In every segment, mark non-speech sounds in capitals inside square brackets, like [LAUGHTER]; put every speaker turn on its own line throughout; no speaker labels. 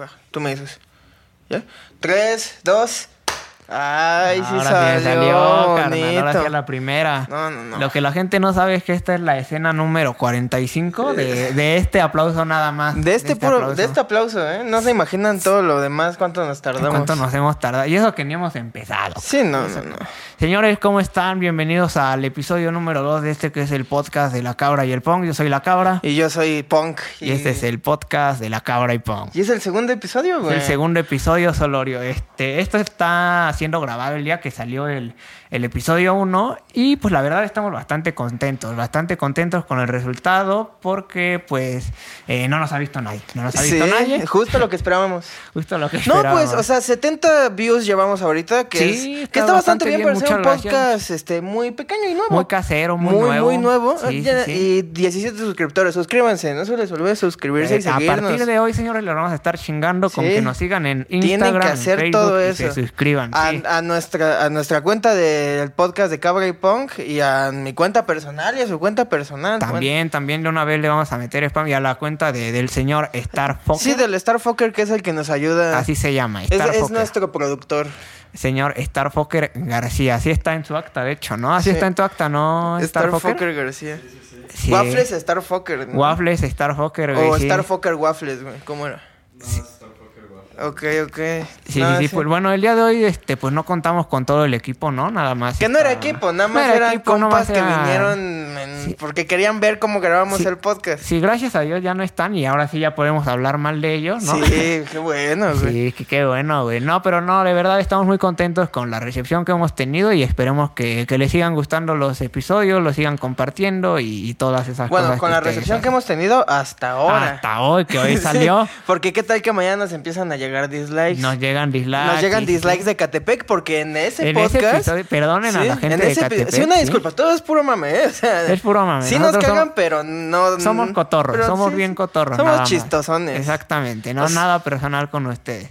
Va, tú me dices. ¿Ya? Tres, dos. Ay, sí
ahora
salió.
sí salió, carnal, ahora sí
bonito.
a la primera.
No, no, no.
Lo que la gente no sabe es que esta es la escena número 45 de, de este aplauso nada más.
Eh. De este, puro, de este
aplauso.
aplauso, ¿eh? No se imaginan todo lo demás, cuánto nos tardamos.
¿Cuánto nos hemos tardado? Y eso que ni hemos empezado.
Sí, no, no, no.
Señores, ¿cómo están? Bienvenidos al episodio número 2 de este que es el podcast de La Cabra y el Pong. Yo soy La Cabra
Y yo soy punk.
y este es el podcast de La Cabra y Pong.
Y es el segundo episodio,
Es
güey.
el segundo episodio, Solorio. Este, esto está siendo grabado el día que salió el, el episodio 1 y pues la verdad estamos bastante contentos, bastante contentos con el resultado porque pues eh, no nos ha visto nadie. No nos ha
Sí,
visto nadie.
justo lo que esperábamos.
Justo lo que
No,
esperábamos.
pues, o sea, 70 views llevamos ahorita, que,
Sí,
es,
está
que está bastante
bastante
bien,
bien,
para ser un
muchas gracias.
podcast este, muy pequeño y nuevo.
Muy casero, muy nuevo.
Muy nuevo.
Sí,
Ya-
sí, sí.
Y 17 suscriptores. Suscríbanse, no se les olvide suscribirse y
Eh, a
seguirnos.
partir de hoy, señores, les vamos a estar chingando con
Sí.
que nos sigan en Instagram,
Tienen que hacer
en Facebook
todo eso.
y se suscriban.
A,
sí.
a nuestra, a nuestra cuenta del podcast de Cabra y Punk y a mi cuenta personal y a su cuenta personal.
También, también de una vez le vamos a meter spam y a la cuenta de- del señor Star
Bueno,
Fox.
sí, del Starfucker que es el que nos ayuda.
Así se llama,
es,
Star
es
Fox.
nuestro productor.
Señor Star Fokker García, así está en su acta, de hecho, ¿no?
Sí.
Así está en tu acta, ¿no? Star Fokker.
Starfucker García.
Sí.
Waffles Starfucker. ¿no?
Waffles, Star Fokker, güey.
O
sí.
Starfucker Waffles, güey. ¿Cómo era? Ok, ok.
Sí,
No,
sí,
sí.
sí, Pues bueno, el día de hoy, este, pues no contamos con todo el equipo, ¿no? Nada más.
Que no era
está-
equipo, nada
Ah. No
más
era
eran
equipo, nada
compas
más
que
era-
vinieron en-
Sí.
porque querían ver cómo grabamos
Sí.
el podcast.
Sí, gracias a Dios ya no están y ahora sí ya podemos hablar mal de ellos, ¿no?
Sí, qué bueno, güey.
Sí, que qué bueno, güey. No, pero no, de verdad estamos muy contentos con la recepción que hemos tenido y esperemos que, que les sigan gustando los episodios, los sigan compartiendo y, y todas esas
Bueno,
cosas.
con la
ustedes
recepción que
hacen.
hemos tenido hasta ahora.
Hasta hoy, que
[LAUGHS] Sí,
hoy salió.
porque qué tal que mañana nos empiezan a llegar dislikes.
Nos llegan dislikes.
Nos llegan
sí, sí.
dislikes de Catepec porque en ese
En ese
podcast.
episodio- perdonen a la gente
en
de
ese epi-
Catepec,
Sí, una
sí.
disculpa, todo es puro mame, ¿eh? O sea,
Es puro mame.
Sí nos
Nosotros
cagan,
somos-
pero no. mm,
Somos cotorros,
pero
somos
sí,
bien
sí.
cotorros. nada
Somos
más.
chistosones. Pues-
Exactamente, no
O sea-
nada personal con ustedes.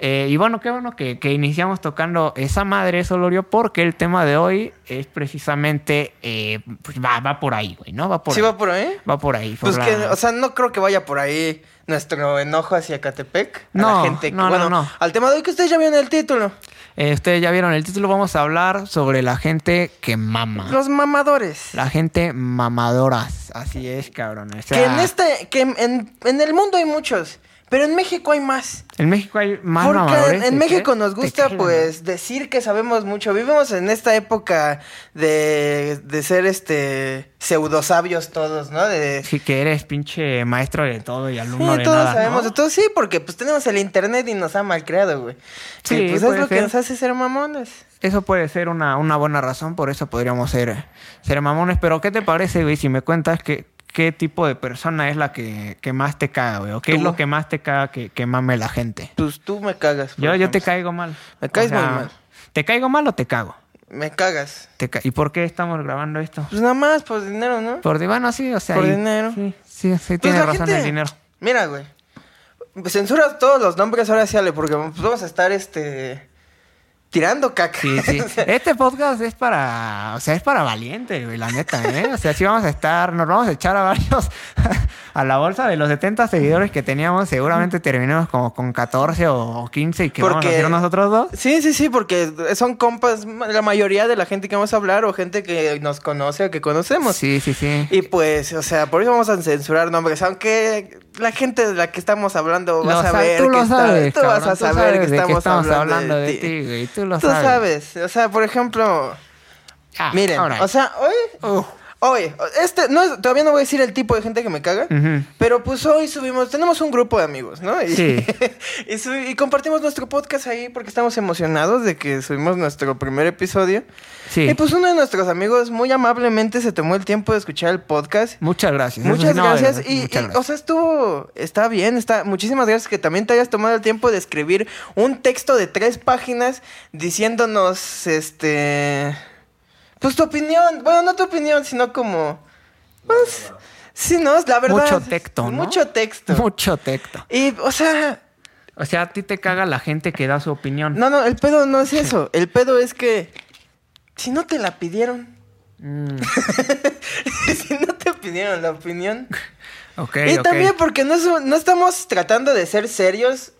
Eh, y bueno, qué bueno que, que iniciamos tocando esa madre, Solorio, porque el tema de hoy es precisamente, eh, pues va, va por ahí, güey, ¿no? Va por
¿Sí
ahí.
va por ahí?
Va por ahí. por
Pues
la-
que, o sea, no creo que vaya por ahí nuestro enojo hacia Catepec. a
No,
la gente que-
no, no,
bueno,
no.
Al tema de hoy que ustedes ya vieron el título.
Eh, ustedes ya vieron el título, vamos a hablar sobre la gente que mama.
Los mamadores.
Ah. La gente mamadoras. Así es, cabrón. O sea,
que en este, que en, en- en el mundo hay muchos, pero en México hay más.
en México hay más
Porque
mamadores.
en,
¿te
en México
crees?
nos
¿Te
gusta
crees?
pues decir que sabemos mucho. Vivimos en esta época de, de ser este pseudosabios todos, ¿no? De
Sí, que eres pinche maestro de todo y
sí,
alumno
todos
de nada.
sabemos
¿no?
de todo, sí, porque pues tenemos el internet y nos ha malcreado, güey.
Sí,
Sí, pues es
puede
lo que
ser.
nos hace ser mamones.
Eso puede ser una, una buena razón, por eso podríamos ser, ser mamones. Pero, ¿qué te parece, güey, si me cuentas que, qué tipo de persona es la que, que más te caga, güey? ¿O qué es
Tú.
lo que más te caga que, que mame la gente?
Pues tú me cagas. por
Yo, yo te
ejemplo.
caigo mal.
Me caes muy mal.
¿Te caigo mal o te cago?
Me cagas.
Te ca- ¿Y por qué estamos grabando esto?
Pues nada más por dinero, ¿no?
Por bueno, Pues, sí, o sea.
Por
y-
dinero.
Sí, sí, sí,
Pues
tiene
la
razón
gente-
el dinero.
Mira, güey. Censura todos los nombres ahora sí, Ale, porque pues, vamos a estar este tirando caca.
Sí,
[LAUGHS]
sí.
O sea,
Este podcast es para, o sea, es para valiente, güey, la neta, ¿eh? O sea, sí vamos a estar, nos vamos a echar a varios [LAUGHS] a la bolsa de los 70 seguidores que teníamos, seguramente terminemos como con 14 o 15 y que vamos a
Porque-
hacer nosotros dos.
Sí, sí, sí, porque son compas la mayoría de la gente que vamos a hablar o gente que nos conoce o que conocemos.
Sí, sí, sí.
Y pues, o sea, por eso vamos a censurar nombres, aunque la gente de la que estamos hablando
Lo
va a
sa-
saber
tú
que
lo
está-
sabes,
tú vas
cabrón,
a
tú
saber
sabes
que
de
estamos, hablando, de,
ti, güey, tú lo
Tú
sabes.
sabes, o sea, por ejemplo,
Ah, Uh.
miren,
alright.
o sea, hoy
Uf.
Oye, este, no, es- todavía no voy a decir el tipo de gente que me caga,
Ujú.
pero pues hoy subimos, tenemos un grupo de amigos, ¿no? Y,
Sí.
[LAUGHS] y, subi- y compartimos nuestro podcast ahí porque estamos emocionados de que subimos nuestro primer episodio.
Sí.
Y pues uno de nuestros amigos muy amablemente se tomó el tiempo de escuchar el podcast.
Muchas gracias.
Muchas
[LAUGHS] No, de verdad,
gracias. Y, y,
muchas gracias.
o sea, estuvo, está bien, está. Muchísimas gracias que también te hayas tomado el tiempo de escribir un texto de tres páginas diciéndonos, este, pues tu opinión. Bueno, no tu opinión, sino como, pues, sí, no, la verdad.
Mucho texto, ¿no?
Mucho texto.
Mucho texto.
Y, o sea,
O sea, a ti te caga la gente que da su opinión.
no, no, el pedo no es eso. El pedo es que, si no te la pidieron, [LAUGHS]
Mm,
si no te pidieron la opinión.
ok,
Y pues,
ok.
también porque no, es un- no estamos tratando de ser serios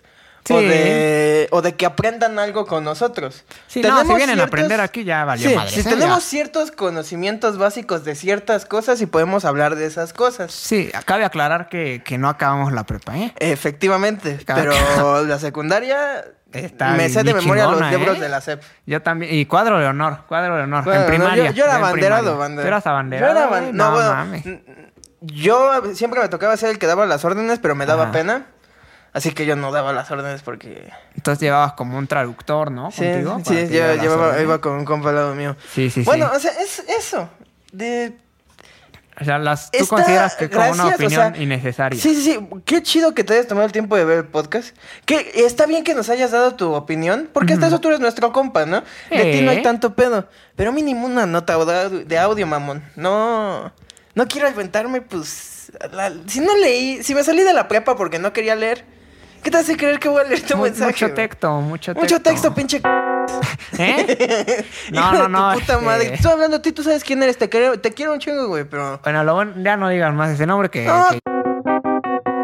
Sí.
o, de, o de que aprendan algo con nosotros.
Sí, no, si vienen a aprender aquí ya valió
Sí,
madre.
Si
¿eh?
tenemos
Ya.
ciertos conocimientos básicos de ciertas cosas y podemos hablar de esas cosas.
Sí, cabe aclarar que, que no acabamos la prepa, ¿eh?
Efectivamente,
Claro.
pero la secundaria
Está
me sé de
bien
memoria
chingona,
los libros
¿eh?
de la SEP.
Yo también. Y cuadro de honor, cuadro de honor.
Bueno,
en
no,
primaria.
yo, yo era
en
abanderado,
primaria.
bandera.
Tú eras abanderado.
Yo era
güey?
ban- No, bueno,
mames.
n- yo siempre me tocaba ser el que daba las órdenes, pero me daba
Ajá.
pena. Así que yo no daba las órdenes porque...
Entonces llevabas como un traductor, ¿no?
Sí,
Contigo.
sí,
para que
yo
dieras
llevaba-
órdenes.
iba con un compa al lado mío.
Sí, sí, sí.
bueno, o sea, es eso. De
O sea, las, tú
Está-
consideras que es como una
gracias, o
opinión
sea,
innecesaria.
Sí, sí, sí. Qué chido que te hayas tomado el tiempo de ver el podcast. Que está bien que nos hayas dado tu opinión, porque hasta
Ujú.
eso tú eres nuestro compa, ¿no? De ti no hay
Eh.
tanto pedo. Pero mínimo una nota o de audio- de audio, mamón. No, no quiero inventarme, pues. la- si no leí, si me salí de la prepa porque no quería leer, ¿qué te hace creer que voy a leer tu
Mu-
mensaje?
mucho
güey?
texto, mucho texto.
Mucho texto, pinche.
¿Eh?
[LAUGHS]
No,
hijo de
no, no,
Tu puta
este-
madre. Estoy hablando a ti, tú sabes quién eres. Te quiero, te quiero un chingo, güey, pero.
Bueno, lo bueno- ya no digas más ese nombre que...
No.
que-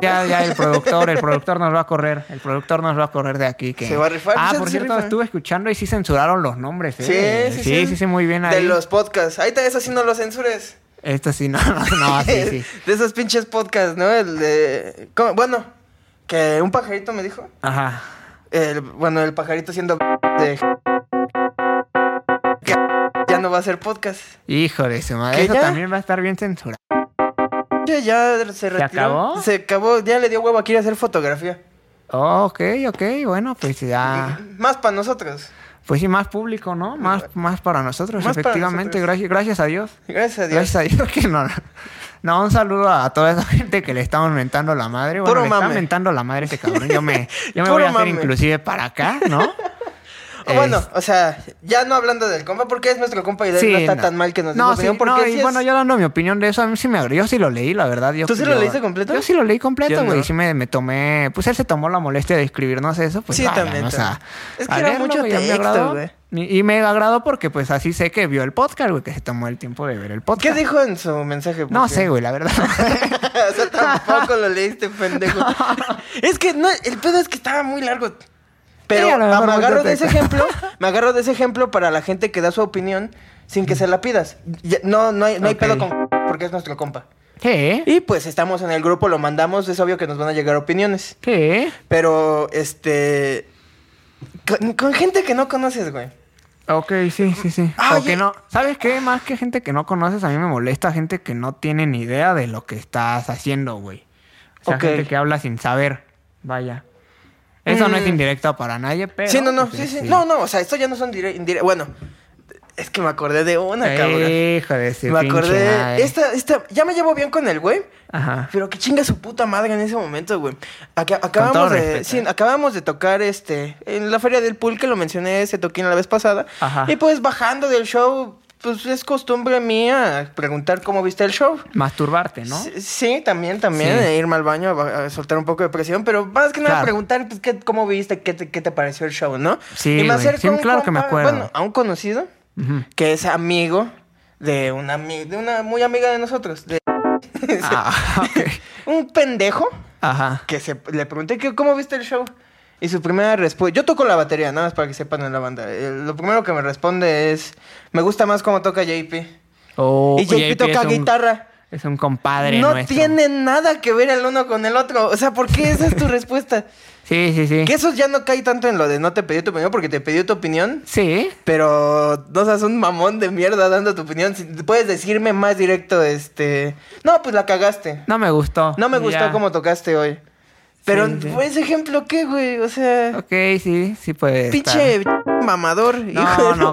Ya, ya el productor, el productor nos va a correr, el productor nos va a correr de aquí. Que...
Se va a rifar,
Ah,
se-
por
se
cierto,
rifa.
estuve escuchando y sí censuraron los nombres.
Sí,
¿eh?
sí,
sí, sí, muy bien ahí.
De los podcasts. Ahí está, eso sí no lo censures.
Esto sí, no, no,
[LAUGHS]
no, sí, sí.
De esos pinches podcasts, ¿no? El de... ¿cómo? Bueno, que un pajarito me dijo.
Ajá.
El- bueno, el pajarito siendo... De... [LAUGHS] que Ya no va a ser podcast.
Hijo de su madre,
¿Que
eso
ya?
también va a estar bien censurado.
Ya, ya se retiró.
acabó?
Se acabó. Ya le dio huevo a querer hacer fotografía.
Ok, ok, bueno, pues ya...
Más para nosotros.
Pues sí, más público, ¿no? Más, más para nosotros,
Más para
efectivamente.
nosotros.
Gracias, gracias a Dios.
Gracias a Dios.
Gracias a Dios que no. No, un saludo a toda esa gente que le estamos mentando la madre. Bueno,
Puro
le está
mame.
mentando la madre a ese cabrón. Yo me, yo
[LAUGHS]
me
Puro
voy a hacer
mame.
inclusive para acá,
[LAUGHS]
¿no?
O Bueno,
Es-
o sea, ya no hablando del compa, porque es nuestro compa y de él no está
no.
tan mal que nos dé
No,
su
Este, sí,
opinión, porque
no, y
sí es-
bueno, yo dando mi opinión de eso, a mí sí me agradó. Yo sí lo leí, la verdad. Yo,
¿Tú sí lo
yo-
leíste completo?
Yo sí lo leí
Yo
completo,
no.
güey. Sí me, me tomé... Pues él se tomó la molestia de escribirnos eso. Pues,
Sí,
vayan,
también,
o sea,
también. Es que
a
era
leerlo,
mucho
güey, a mí me
texto,
agradó.
güey.
Y, y me agradó porque pues así sé que vio el podcast, güey. Que se tomó el tiempo de ver el podcast.
¿Qué dijo en su mensaje?
No
Porque-
sé, güey, la verdad.
[LAUGHS] o sea, tampoco lo leíste,
[LAUGHS]
pendejo. es que no, el pedo es que estaba muy largo. Pero
Sí, a lo mejor
me agarro
mucho
de ese
texto.
ejemplo,
[LAUGHS]
me agarro de ese ejemplo para la gente que da su opinión sin que se la pidas. Ya- no, no hay, no hay
Ok.
pedo con porque es nuestro compa.
¿Qué?
Y pues estamos en el grupo, lo mandamos, es obvio que nos van a llegar opiniones.
¿Qué?
Pero, este. Con, con gente que no conoces, güey.
Ok, sí, sí, sí.
Ah,
O que
oye.
no, ¿Sabes qué? Más que gente que no conoces, a mí me molesta gente que no tiene ni idea de lo que estás haciendo, güey. O sea,
Ok.
gente que habla sin saber. Vaya. Eso no es
Mm.
indirecto para nadie, pero...
sí, no, no,
pues,
sí, sí. No, no, o sea, esto ya no son indirectos. Bueno, es que me acordé de una, cabrón.
Hijo de su
me
pinche
acordé.
madre.
Esta, esta, ya me llevo bien con el güey,
Ajá.
pero que chinga su puta madre en ese momento, güey. Aca- acabamos
todo
de.
respeto,
sí,
eh.
acabamos de tocar este. En la feria del pool que lo mencioné ese toquín la vez pasada.
Ajá.
Y pues bajando del show, pues es costumbre mía preguntar cómo viste el show.
Masturbarte, ¿no?
Sí, Sí, también, también,
Sí.
e irme al baño a, ba- a soltar un poco de presión, pero más que nada
Claro.
preguntar pues, ¿qué, cómo viste, qué te, qué te pareció el show, ¿no?
Sí,
y me
güey.
acerco
Sí,
a un
claro que me
compa,
acuerdo.
Bueno, a un conocido, [LAUGHS]
Ujú.
que es amigo de una, ami- de una muy amiga de nosotros. de-
Ah, [LAUGHS] ok.
[LAUGHS] un pendejo
Ajá.
que se, le pregunté que, cómo viste el show. Y su primera respuesta, yo toco la batería, nada más para que sepan en la banda. Eh, lo primero que me responde es, me gusta más cómo toca JP.
Oh,
y JP, toca
es un-
guitarra.
Es un compadre
No
nuestro.
tiene nada que ver el uno con el otro. O sea, ¿por qué esa
[LAUGHS]
es tu respuesta?
Sí, sí, sí.
Que eso ya no cae tanto en lo de no te pedí tu opinión porque te pedí tu opinión.
Sí.
Pero no seas un mamón de mierda dando tu opinión. Si puedes decirme más directo, este. No, pues la cagaste.
No me gustó.
No me gustó
Ya.
cómo tocaste hoy. Pero,
Sí, sí.
por ese ejemplo, ¿qué, güey? O sea,
Ok, sí, sí puede
pinche
estar.
[LAUGHS] mamador. hijo
No,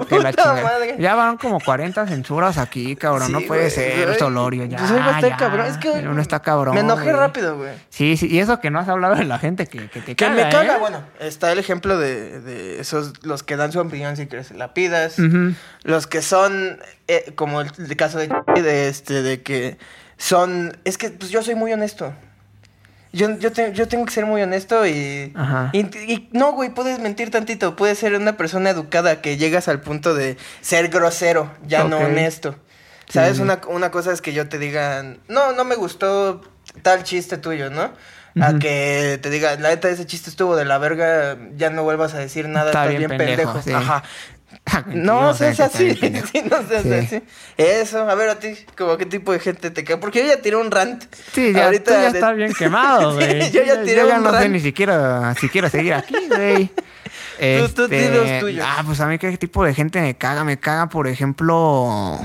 de
no, que la
puta
chingada.
madre.
Ya van como 40 censuras aquí, cabrón.
Sí,
no puede
güey,
ser,
güey.
Solorio. Ya,
Pues hoy va a estar
ya.
cabrón. Es que hoy
Uno está cabrón.
Me enojé
güey.
rápido, güey.
Sí, sí. Y eso que no has hablado de la gente que, que
Que
te caga,
me caga,
¿eh?
bueno, está el ejemplo de, de esos, los que dan su opinión si quieres, la pidas,
Ujú.
los que son, eh, como el, el caso de, de este, de que son, es que pues yo soy muy honesto. Yo, yo, te- yo tengo que ser muy honesto y,
Ajá. [LAUGHS]
y, y no, güey, puedes mentir tantito, puedes ser una persona educada que llegas al punto de ser grosero, ya no
Ok.
honesto. ¿Sabes?
Sí.
Una, una cosa es que yo te digan, no, no me gustó tal chiste tuyo, ¿no? a que te diga, la neta, ese chiste estuvo de la verga, ya no vuelvas a decir nada,
Está
estás
bien
bien,
pendejo,
pendejo.
sí.
Ajá.
No
No seas
sé, Ah, está bien
así,
pendejo.
[LAUGHS] sí, no seas
Sí.
así. Eso, a ver a ti, como qué tipo de gente te cae. Porque yo ya tiré un rant.
Sí, ya, tú ya
de-
estás bien
[LAUGHS]
quemado,
Sí,
güey.
yo ya tiré
ya
un
no sé
rant.
ni siquiera si quiero seguir aquí, güey.
[LAUGHS] Tú- tú di los tuyos.
Ah, pues a mí qué tipo de gente me caga. Me caga, por ejemplo...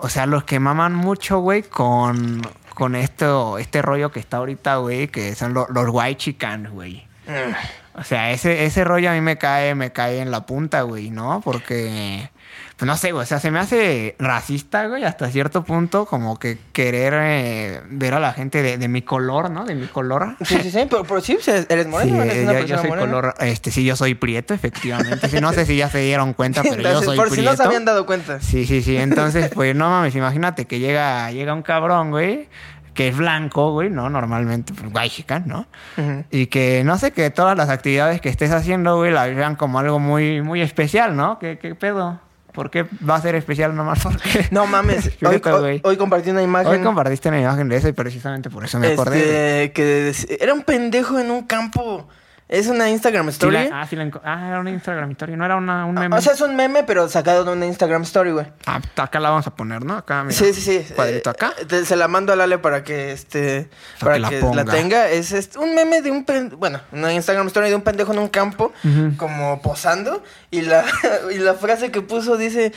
O sea, los que maman mucho, güey, con, con esto, este rollo que está ahorita, güey, que son lo- los white chicanos, güey.
Mm.
O sea, ese, ese rollo a mí me cae, me cae en la punta, güey, ¿no? Porque, pues no sé, güey, o sea, se me hace racista, güey, hasta cierto punto, como que querer eh, ver a la gente de, de mi color, ¿no? De mi color.
[LAUGHS] Sí, sí, sí, pero, pero sí, eres
Sí,
moreno, eres
eh,
una
yo, yo
persona
soy
morena.
color, este, sí, yo soy prieto, efectivamente. Sí, no sé si ya se dieron cuenta, pero yo
Entonces,
soy
por si
prieto.
no se habían dado cuenta.
Sí, sí, sí. Entonces, pues no mames, imagínate que llega, llega un cabrón, güey, que es blanco, güey, ¿no? Normalmente, pues, white chican, ¿no?
Ujú.
Y que no sé, que todas las actividades que estés haciendo, güey, las vean como algo muy, muy especial, ¿no? ¿Qué, qué pedo? ¿Por qué va a ser especial nomás [LAUGHS] porque
No
[LAUGHS]
mames,
Qué
hoy,
neta,
hoy-
güey.
hoy compartí una imagen.
Hoy compartiste una imagen de eso y precisamente por eso me acordé. güey.
este, que dec- era un pendejo en un campo. Es una Instagram
Sí
story.
la- ah, sí la enco- ah, era un Instagram historia, no era una, un meme.
o sea, es un meme, pero sacado de una Instagram story, güey.
Ah, acá la vamos a poner, ¿no? Acá, mira.
Sí, sí, sí.
Cuadrito
Eh,
acá.
te- se la mando a Lale para que este
Para
para,
que la
que,
ponga.
la, tenga. Es, es un meme de un pen- bueno, una Instagram story de un pendejo en un campo
Ujú.
como posando y la [LAUGHS] y la frase que puso dice,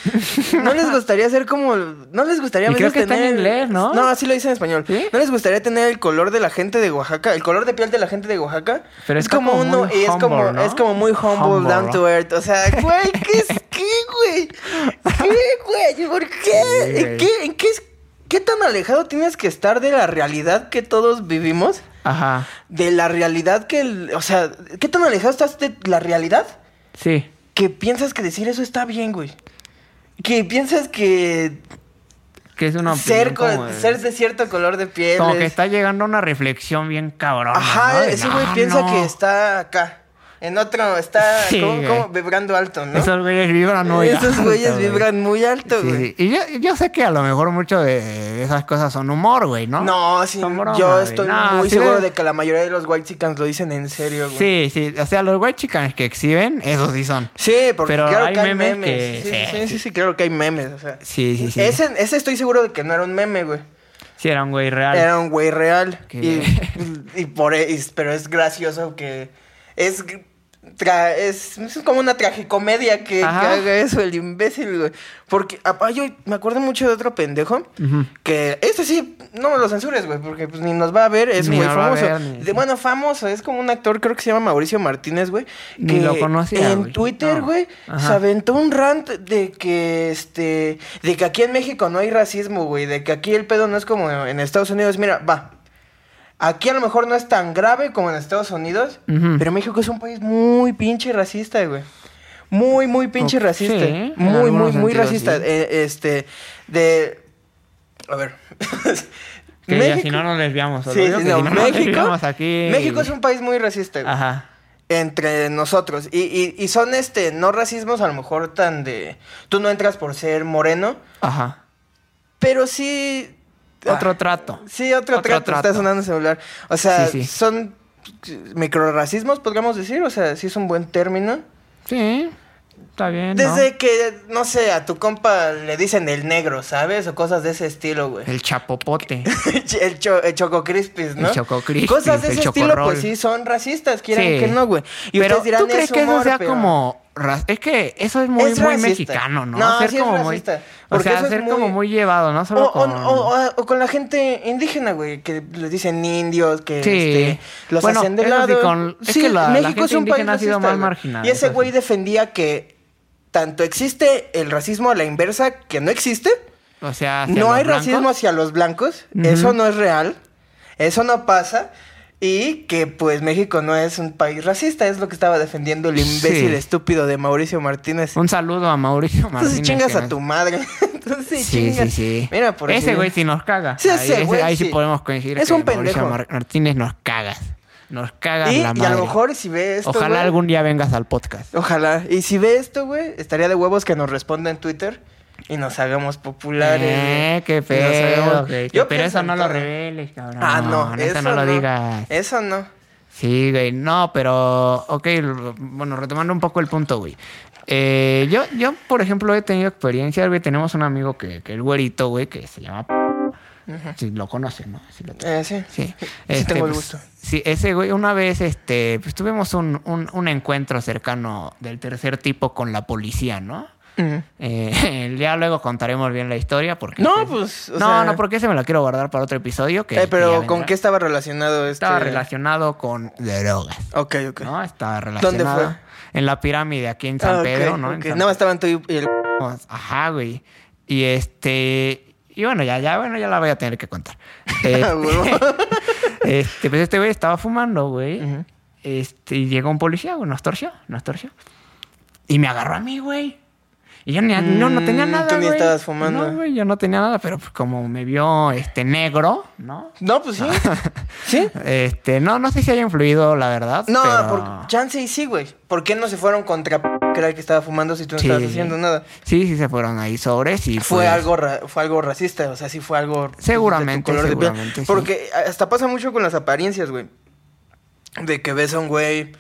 "No les gustaría ser como no les gustaría
Y
a veces
creo que está
tener-
en inglés, ¿no?
No, así lo dice en español.
¿Sí?
No les gustaría tener el color de la gente de Oaxaca, el color de piel de la gente de Oaxaca.
Pero
es
está
como,
como
uno
muy
y es como
humble, ¿no?
es como muy humble,
Humble,
down
¿no?
to earth, o sea, güey, ¿qué es qué, güey? ¿Qué, güey? ¿Por qué?
Sí, güey.
¿En qué ¿En qué, es- qué tan alejado tienes que estar de la realidad que todos vivimos?
Ajá.
De la realidad que... el- o sea, ¿qué tan alejado estás de la realidad
Sí.
que piensas que decir eso está bien, güey? Que piensas que
Que es una opinión
ser, co-
como de-
ser de cierto color de piel...
Como que
es-
está llegando una reflexión bien cabrona. ¿no?
Ajá,
De,
ese güey
no,
piensa
no.
que está acá. En otro está
Sí,
como,
güey.
como vibrando alto, ¿no?
Esos güeyes vibran muy
Esos
[LAUGHS] alto,
güeyes
güey.
vibran muy alto,
Sí,
güey.
sí. Y yo, yo sé que a lo mejor mucho de, de esas cosas son humor, güey, ¿no?
No, sí,
Son bromas,
yo
güey.
estoy
No,
muy
sí
seguro
de-
de que la mayoría de los White Chickens lo dicen en serio, güey.
Sí, sí. O sea, los white chickens que exhiben, esos sí son.
Sí, porque
Pero
claro
hay
que hay
memes
memes.
que-
Sí, sí,
sí,
sí, sí, sí, claro que hay memes, o sea.
Sí, sí, sí.
Ese, ese estoy seguro de que no era un meme, güey.
Sí, era un güey real.
Era un güey real.
Qué
Y, [LAUGHS] y por e, y- pero es gracioso que es tra- es, es como una tragicomedia que, que
Ajá.
haga eso el imbécil, güey. Porque apá, yo me acuerdo mucho de otro pendejo
Ujú.
que este sí no me lo censures, güey, porque pues ni nos va a ver, es
Ni
un güey
nos va a
famoso.
ver, ni-
De- bueno, famoso, es como un actor, creo que se llama Mauricio Martínez, güey.
Ni
que
lo conocía,
En
güey.
Twitter,
No.
güey,
Ajá.
se aventó un rant de que este. de que aquí en México no hay racismo, güey. De que aquí el pedo no es como en Estados Unidos. Mira, va. Aquí a lo mejor no es tan grave como en Estados Unidos,
Ujú.
pero México es un país muy pinche racista, güey. Muy, muy pinche
Ok,
racista.
en
Muy, muy,
algunos
muy
sentidos,
racista.
sí.
Eh, este, de... A ver.
Que ya, si no nos desviamos. solo
Sí,
digo
sí,
que
no,
si no nos
México,
desviamos aquí.
México es un país muy racista, güey,
Ajá.
Entre nosotros. Y, y, y son, este, no racismos a lo mejor tan de... Tú no entras por ser moreno,
Ajá.
pero sí...
Otro
Ah,
trato.
Sí, otro,
Otro
trato.
trato.
Está sonando el celular. O sea,
Sí, sí.
son microracismos, podríamos decir. O sea, sí es un buen término.
Sí. Está bien. ¿no?
Desde que, no sé, a tu compa le dicen el negro, ¿sabes? O cosas de ese estilo, güey.
El
[LAUGHS]
chapopote.
el, cho- el Choco Crispis, ¿no?
El Choco Crispis,
Cosas de
el
ese estilo,
Chocorrol.
pues sí, son racistas, quieran
Sí.
que no, güey. Y
pero
ustedes dirán,
tú crees
es
que eso
humor,
sea
pero-
como ras- es que eso es muy
Es
muy
racista.
mexicano no,
No,
ser
sí es
como muy
racista,
o
porque
sea
eso es
ser
muy-
como muy llevado no
O,
solo
o-
con
o- o- o con la gente indígena, güey, que les dicen indios, que
Sí.
este, los
Bueno,
hacen de
eso sí,
lado.
con- es que la- la gente indígena ha sido más
güey.
marginada,
Y
eso
ese
sí.
güey defendía que tanto existe el racismo a la inversa, que no existe,
o sea hacia
no
los
hay
blancos.
racismo hacia los blancos,
Ujú.
eso no es real, eso no pasa. Y que pues México no es un país racista, es lo que estaba defendiendo el imbécil
Sí.
estúpido de Mauricio Martínez.
un saludo a Mauricio Martínez
Entonces chingas
que
a
nos-
tu madre. [LAUGHS] Entonces
sí
chingas.
sí sí
Mira, por
ese
así-
güey sí nos caga
Sí,
ahí,
ese
ese-
güey
ahí sí
sí.
podemos coincidir
Es
que
un pendejo.
Mauricio Mar- Martínez nos cagas nos cagas
Y,
la
y
madre
a lo mejor si ve esto.
ojalá
güey,
algún día vengas al podcast
Ojalá. Y si ve esto, güey, estaría de huevos que nos responda en Twitter. y nos hagamos populares.
Eh, qué
Y nos
pedo,
hagamos-
güey.
Yo
Pero
pienso
eso
en
no lo
todo.
reveles, cabrón.
Ah, no,
neta,
eso
no lo digas.
Eso no.
Sí, güey, no, pero, ok, l- bueno, retomando un poco el punto, güey. Eh, yo, yo, por ejemplo, he tenido experiencias, güey, tenemos un amigo que, que el güerito, güey, que se llama... P- Si lo conocen, ¿no? Si lo
Eh, sí.
Sí.
tengo el
pues,
gusto.
sí, ese güey, una vez, este, pues tuvimos un, un, un encuentro cercano del tercer tipo con la policía, ¿no?
Mm.
Eh, [LAUGHS] ya luego contaremos bien la historia porque...
No,
ese-
pues, o
no,
sea-
no, porque ese me lo quiero guardar para otro episodio que...
Eh,
que ya
pero
vendrá.
¿con qué estaba relacionado este?
Estaba relacionado con drogas.
Ok, ok.
¿no? Está
¿Dónde
relacionada en la pirámide aquí en San
Ah, ok,
Pedro, ¿no? En
ok.
San
Nada más estaban tú y y
[LAUGHS]
el... [LAUGHS]
Pedro. Ajá, güey. Y este y bueno, ya ya bueno, ya la voy a tener que
[LAUGHS]
contar.
Ah,
Este,
huevo.
este, pues este güey estaba fumando, güey.
Ujú.
Este, y llegó un policía, güey, nos torció, nos torció. Y me agarró a mí, güey. Y yo ni- no, no tenía
Mm,
nada,
tú ni
güey.
estabas fumando.
No, güey, yo no tenía nada, pero pues como me vio este negro, ¿no?
No,
[LAUGHS]
pues sí. ¿Sí?
Este, no, no sé si haya influido, la verdad.
No,
pero-
por chance y sí, güey. ¿Por qué no se fueron contra p- que era el que estaba fumando si tú no
Sí.
estabas haciendo nada?
Sí, sí se fueron ahí sobres y
Fue
pues,
algo ra- fue algo racista, o sea, sí fue algo de tu
Seguramente,
color de piel.
seguramente, sí.
Porque hasta pasa mucho con las apariencias, güey. De que ves a un güey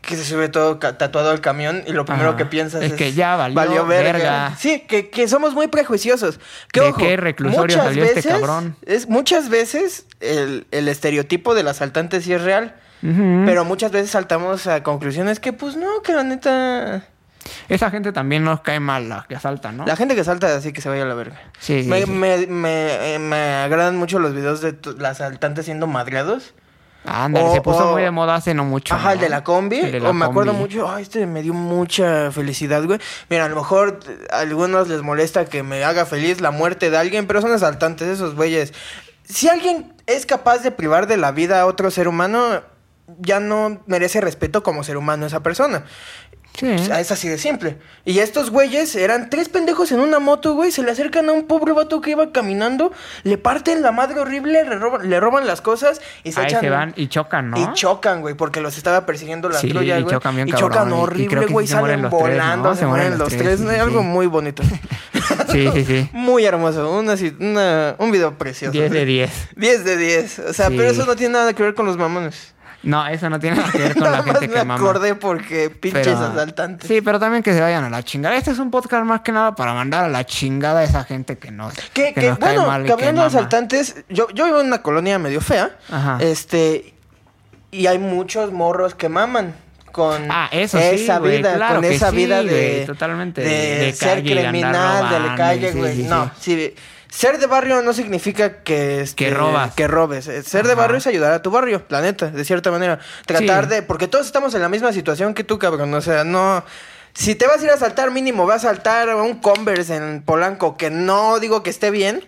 que se sube todo ca- tatuado al camión y lo primero
Ajá.
que piensas
Es
es,
que ya valió verga.
Sí, que, que somos muy prejuiciosos. Que,
¿De
ojo,
qué reclusorio
muchas
salió este
veces-
cabrón?
Es, muchas veces el, el estereotipo del asaltante sí es real.
Ujú.
Pero muchas veces saltamos a conclusiones que, pues no, que la neta.
Esa gente también nos cae mal, la que asaltan, ¿no?
La gente que salta así que se vaya a la verga.
Sí, sí,
me,
sí.
Me, me- eh, me agradan mucho los videos de tu- las asaltantes siendo madreados.
Ándale,
o-
se puso
o-
muy de moda hace no mucho.
Ajá, el
¿no?
de la combi.
El de la
o me acuerdo
combi.
mucho, ay, este me dio mucha felicidad, güey. Mira, a lo mejor eh, a algunos les molesta que me haga feliz la muerte de alguien, pero son asaltantes esos güeyes. Si alguien es capaz de privar de la vida a otro ser humano, ya no merece respeto como ser humano esa persona.
Sí.
O sea, Pues, ah, es así de simple. Y estos güeyes eran tres pendejos en una moto, güey. Se le acercan a un pobre vato que iba caminando, le parten la madre horrible, le roban, le roban las cosas y se
Ahí
echan.
se van y chocan, ¿no?
Y chocan, güey, porque los estaba persiguiendo la
Sí,
troya,
y
güey.
chocan bien
y chocan
cabrón, y- y creo
horrible,
que sí
güey.
se mueren
Salen
los tres,
volando,
¿no?
se, mueren los tres.
sí,
¿no?
sí,
algo
sí.
muy bonito.
[LAUGHS] [LAUGHS] Sí, sí, sí.
muy hermoso. Una, si- una- un video precioso.
10 de 10.
10 de 10. O sea,
Sí.
pero eso no tiene nada que ver con los mamones.
No, eso no tiene nada que ver con
[LAUGHS]
la
Nada más
gente
me
que mama.
acordé porque pinches
Pero-
asaltantes.
Sí, pero también que se vayan a la chingada. Este es un podcast más que nada para mandar a la chingada a esa gente que nos,
Que,
que
que,
nos cae
bueno,
mal y
que
que
hablando de
mama.
asaltantes, yo, yo vivo en una colonia medio fea.
Ajá.
Este. Y hay muchos morros que maman con
Ah, eso sí,
esa
güey,
vida,
claro
con
que
esa
sí,
vida de,
güey, totalmente,
de,
de
ser
calle, de andar
criminal, de la
robando,
calle,
sí,
güey.
sí, sí.
no, sí, ser de barrio no significa que, este,
Que robas.
que robes. Eh, Ser de
Ajá.
barrio es ayudar a tu barrio, la neta, de cierta manera. Tratar
Sí.
de, porque todos estamos en la misma situación que tú, cabrón. O sea, no. Si te vas a ir a saltar, mínimo, vas a saltar a un Converse en Polanco, que no digo que esté bien.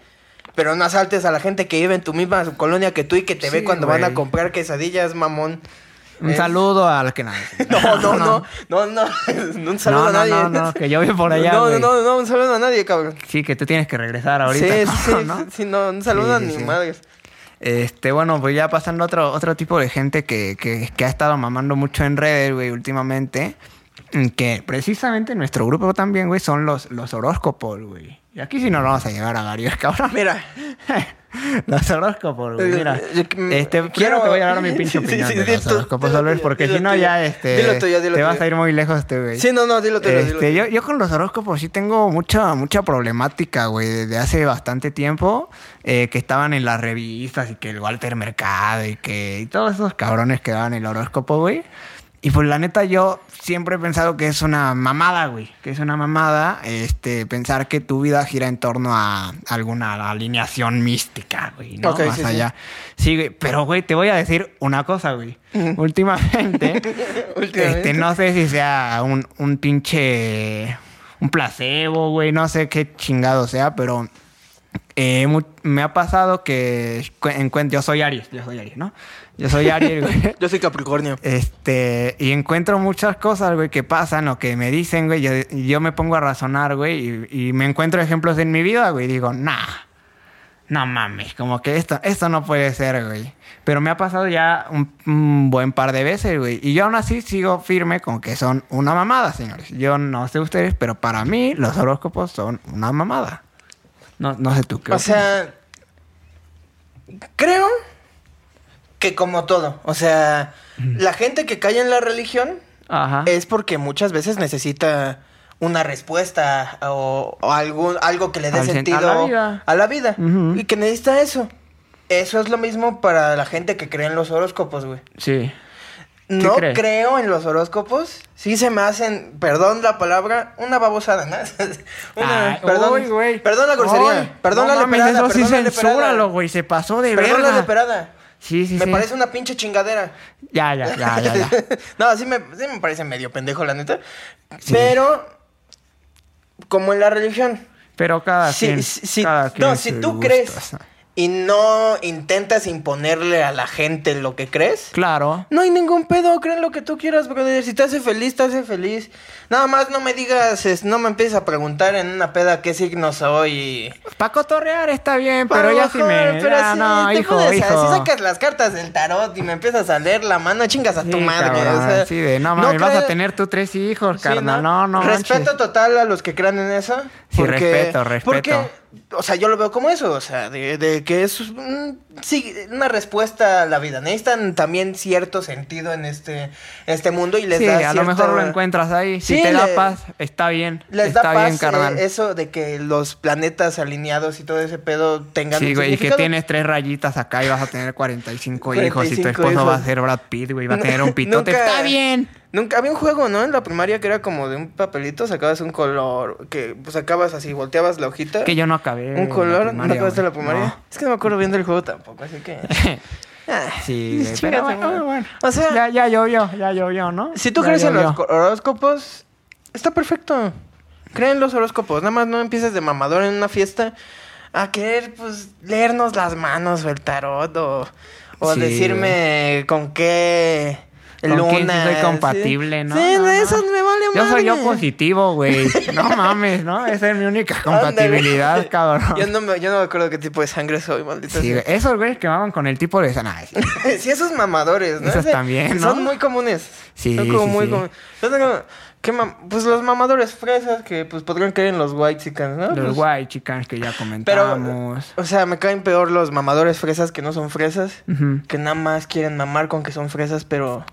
Pero no asaltes a la gente que vive en tu misma colonia que tú y que te ve
Sí,
cuando van a
güey.
comprar quesadillas,
[LAUGHS]
mamón. [LAUGHS]
Un
Es-
saludo a la que nada.
eh, [LAUGHS]
[LAUGHS]
no, no, no, no, no, no, [LAUGHS] un saludo
No,
a
no,
nadie.
no,
[LAUGHS]
no, que yo vi por allá,
No, no,
güey.
no, no, un saludo a nadie, cabrón.
Sí, que tú tienes que regresar ahorita.
sí, sí, sí,
[LAUGHS] ¿no?
sí, sí, no, un saludo a
Sí, sí,
ni
sí.
madres.
Este, bueno, pues ya pasando a otro, otro tipo de gente que, que, que ha estado mamando mucho en redes, güey, últimamente. mm, Que precisamente en nuestro grupo también, güey, son los, los horóscopos, güey. Y aquí sí nos vamos a llegar a varios, [LAUGHS] cabrón.
Mira,
los horóscopos, güey. Mira,
Eh, eh, eh,
este,
quiero-
quiero te voy a dar mi pinche
[LAUGHS] Sí, sí,
opinión
sí,
de
di
los
tú,
horóscopos,
dilo
Albert,
tuyo,
porque
dilo
si no
tuyo.
ya, este,
Dilo tuyo, dilo
te vas
tuyo.
a ir muy lejos, este, güey.
sí, no, no, dilo tú.
Este, yo, yo con los horóscopos sí tengo mucha mucha problemática, güey, desde hace bastante tiempo, eh, que estaban en las revistas y que el Walter Mercado y que y todos esos cabrones que daban el horóscopo, güey. Y pues la neta yo siempre he pensado que es una mamada, güey, que es una mamada este pensar que tu vida gira en torno a alguna alineación mística, güey, ¿no?
Ok,
Más
sí, sí.
allá. Sí, güey, pero güey, te voy a decir una cosa, güey.
[LAUGHS]
Últimamente
[LAUGHS] Últimamente.
este, no sé si sea un, un pinche. Un placebo, güey. No sé qué chingado sea, pero. eh, mu- me ha pasado que. cu- encuent- yo soy Aries, yo soy Aries, ¿no? Yo soy Aries, güey.
Yo soy Capricornio.
Este, y encuentro muchas cosas, güey, que pasan o que me dicen, güey. Yo, yo me pongo a razonar, güey, y, y me encuentro ejemplos en mi vida, güey. y Digo, nah, no mames, como que esto, esto no puede ser, güey. Pero me ha pasado ya un, un buen par de veces, güey. Y yo aún así sigo firme con que son una mamada, señores. Yo no sé ustedes, pero para mí los horóscopos son una mamada. No, no sé tú qué.
O
opinas?
sea, creo que como todo, o sea, la gente que cae en la religión
Ajá.
es porque muchas veces necesita una respuesta o, o algún algo que le dé
Al sen-
sentido
a la vida.
a la vida,
Ujú.
y que necesita eso. Eso es lo mismo para la gente que cree en los horóscopos, güey.
Sí.
No
crees?
creo en los horóscopos. Sí se me hacen, perdón la palabra, una babosada, ¿no? [LAUGHS] Una-
Ay,
perdón,
uy, güey.
perdón la grosería.
Ay,
perdón
no
la
mames,
leperada,
Eso sí,
perdón la leperada.
censúralo, güey. Se pasó de
Perdón la
verga.
leperada.
Sí, sí,
me
sí.
parece una pinche chingadera.
Ya, ya, ya, ya, ya.
[LAUGHS] no, sí me, sí me parece medio pendejo, la neta.
Sí.
Pero, como en la religión,
Pero cada
Sí,
quien.
sí, sí.
cada
No,
quien
si
sus
tú crees-
gustos.
y no intentas imponerle a la gente lo que crees,
Claro.
No hay ningún pedo, creen lo que tú quieras, brother. Si te hace feliz, te hace feliz. Nada más no me digas, es- no me empieces a preguntar en una peda qué signo soy. y-
Para cotorrear está bien,
Para
pero ya sí
bajar,
me.
pero
ya,
sí,
no,
te
hijo,
pones a-
hijo.
Si sacas las cartas del tarot y me empiezas a leer la mano, chingas a tu
Sí,
madre.
cabrón,
o sea,
sí, de, no mames, vas a
creo-
tener tú tres hijos,
Sí,
carnal. no, no, manches.
Respeto total a los que crean en eso.
Sí, respeto, respeto.
Porque, o sea, yo lo veo como eso, o sea, de, de que es un- sí, una respuesta a la vida. Necesitan también cierto sentido en este, este mundo y les
Sí,
da
a lo mejor
cierta-
lo encuentras ahí.
Sí,
si te da
le-
paz, está bien.
Les
está
da paz
bien,
eh,
carnal.
eso de que los planetas alineados y todo ese pedo tengan
Sí,
un
güey, y que
significado.
tienes tres rayitas acá y vas a tener 45 hijos y tu
45
esposo va a
hijos.
ser Brad Pitt, güey,
[LAUGHS]
va a tener un pitote.
Nunca-
Está bien.
Nunca había un juego, ¿no? En la primaria que era como de un papelito, sacabas un color, que pues, sacabas así, volteabas la hojita.
Que yo no acabé.
¿Un color?
en
¿No
la primaria,
acabaste Eh, la
güey.
primaria? Es que no me acuerdo bien del juego tampoco, así [LAUGHS] que.
No. [LAUGHS]
Ah, [LAUGHS]
Sí, güey,
chinga
pero
tu
bueno,
madre.
bueno.
O sea,
ya, ya llovió, ya llovió, ¿no?
si tú
Ya
crees en
llovió.
los horóscopos, está perfecto. Creen los horóscopos. Nada más no empieces de mamador en una fiesta a querer, pues, leernos las manos o el tarot o, o
Sí,
decirme con qué.
Con
luna.
quién soy
sí.
compatible, ¿no?
Sí,
No, no.
de eso me vale
Yo soy yo
madre.
positivo, güey. No
[LAUGHS]
mames, ¿no? Esa es mi única
Ándale.
compatibilidad, cabrón.
Yo no, me, yo no me acuerdo qué tipo de sangre soy, maldito.
Sí,
sea.
güey. Esos güeyes que maman con el tipo de sana.
[LAUGHS] Sí, esos mamadores, ¿no?
Esos
Ese-
también, ¿no?
Son muy comunes.
Sí,
Son como
sí,
muy
sí.
comunes. Yo tengo- ¿qué mam- pues los mamadores fresas que pues podrían caer en los white chickens, ¿no?
Los
Pues,
guay chicas que ya
Pero,
comentamos.
o sea, me caen peor los mamadores fresas que no son fresas.
Ujú.
Que nada más quieren mamar con que son fresas, pero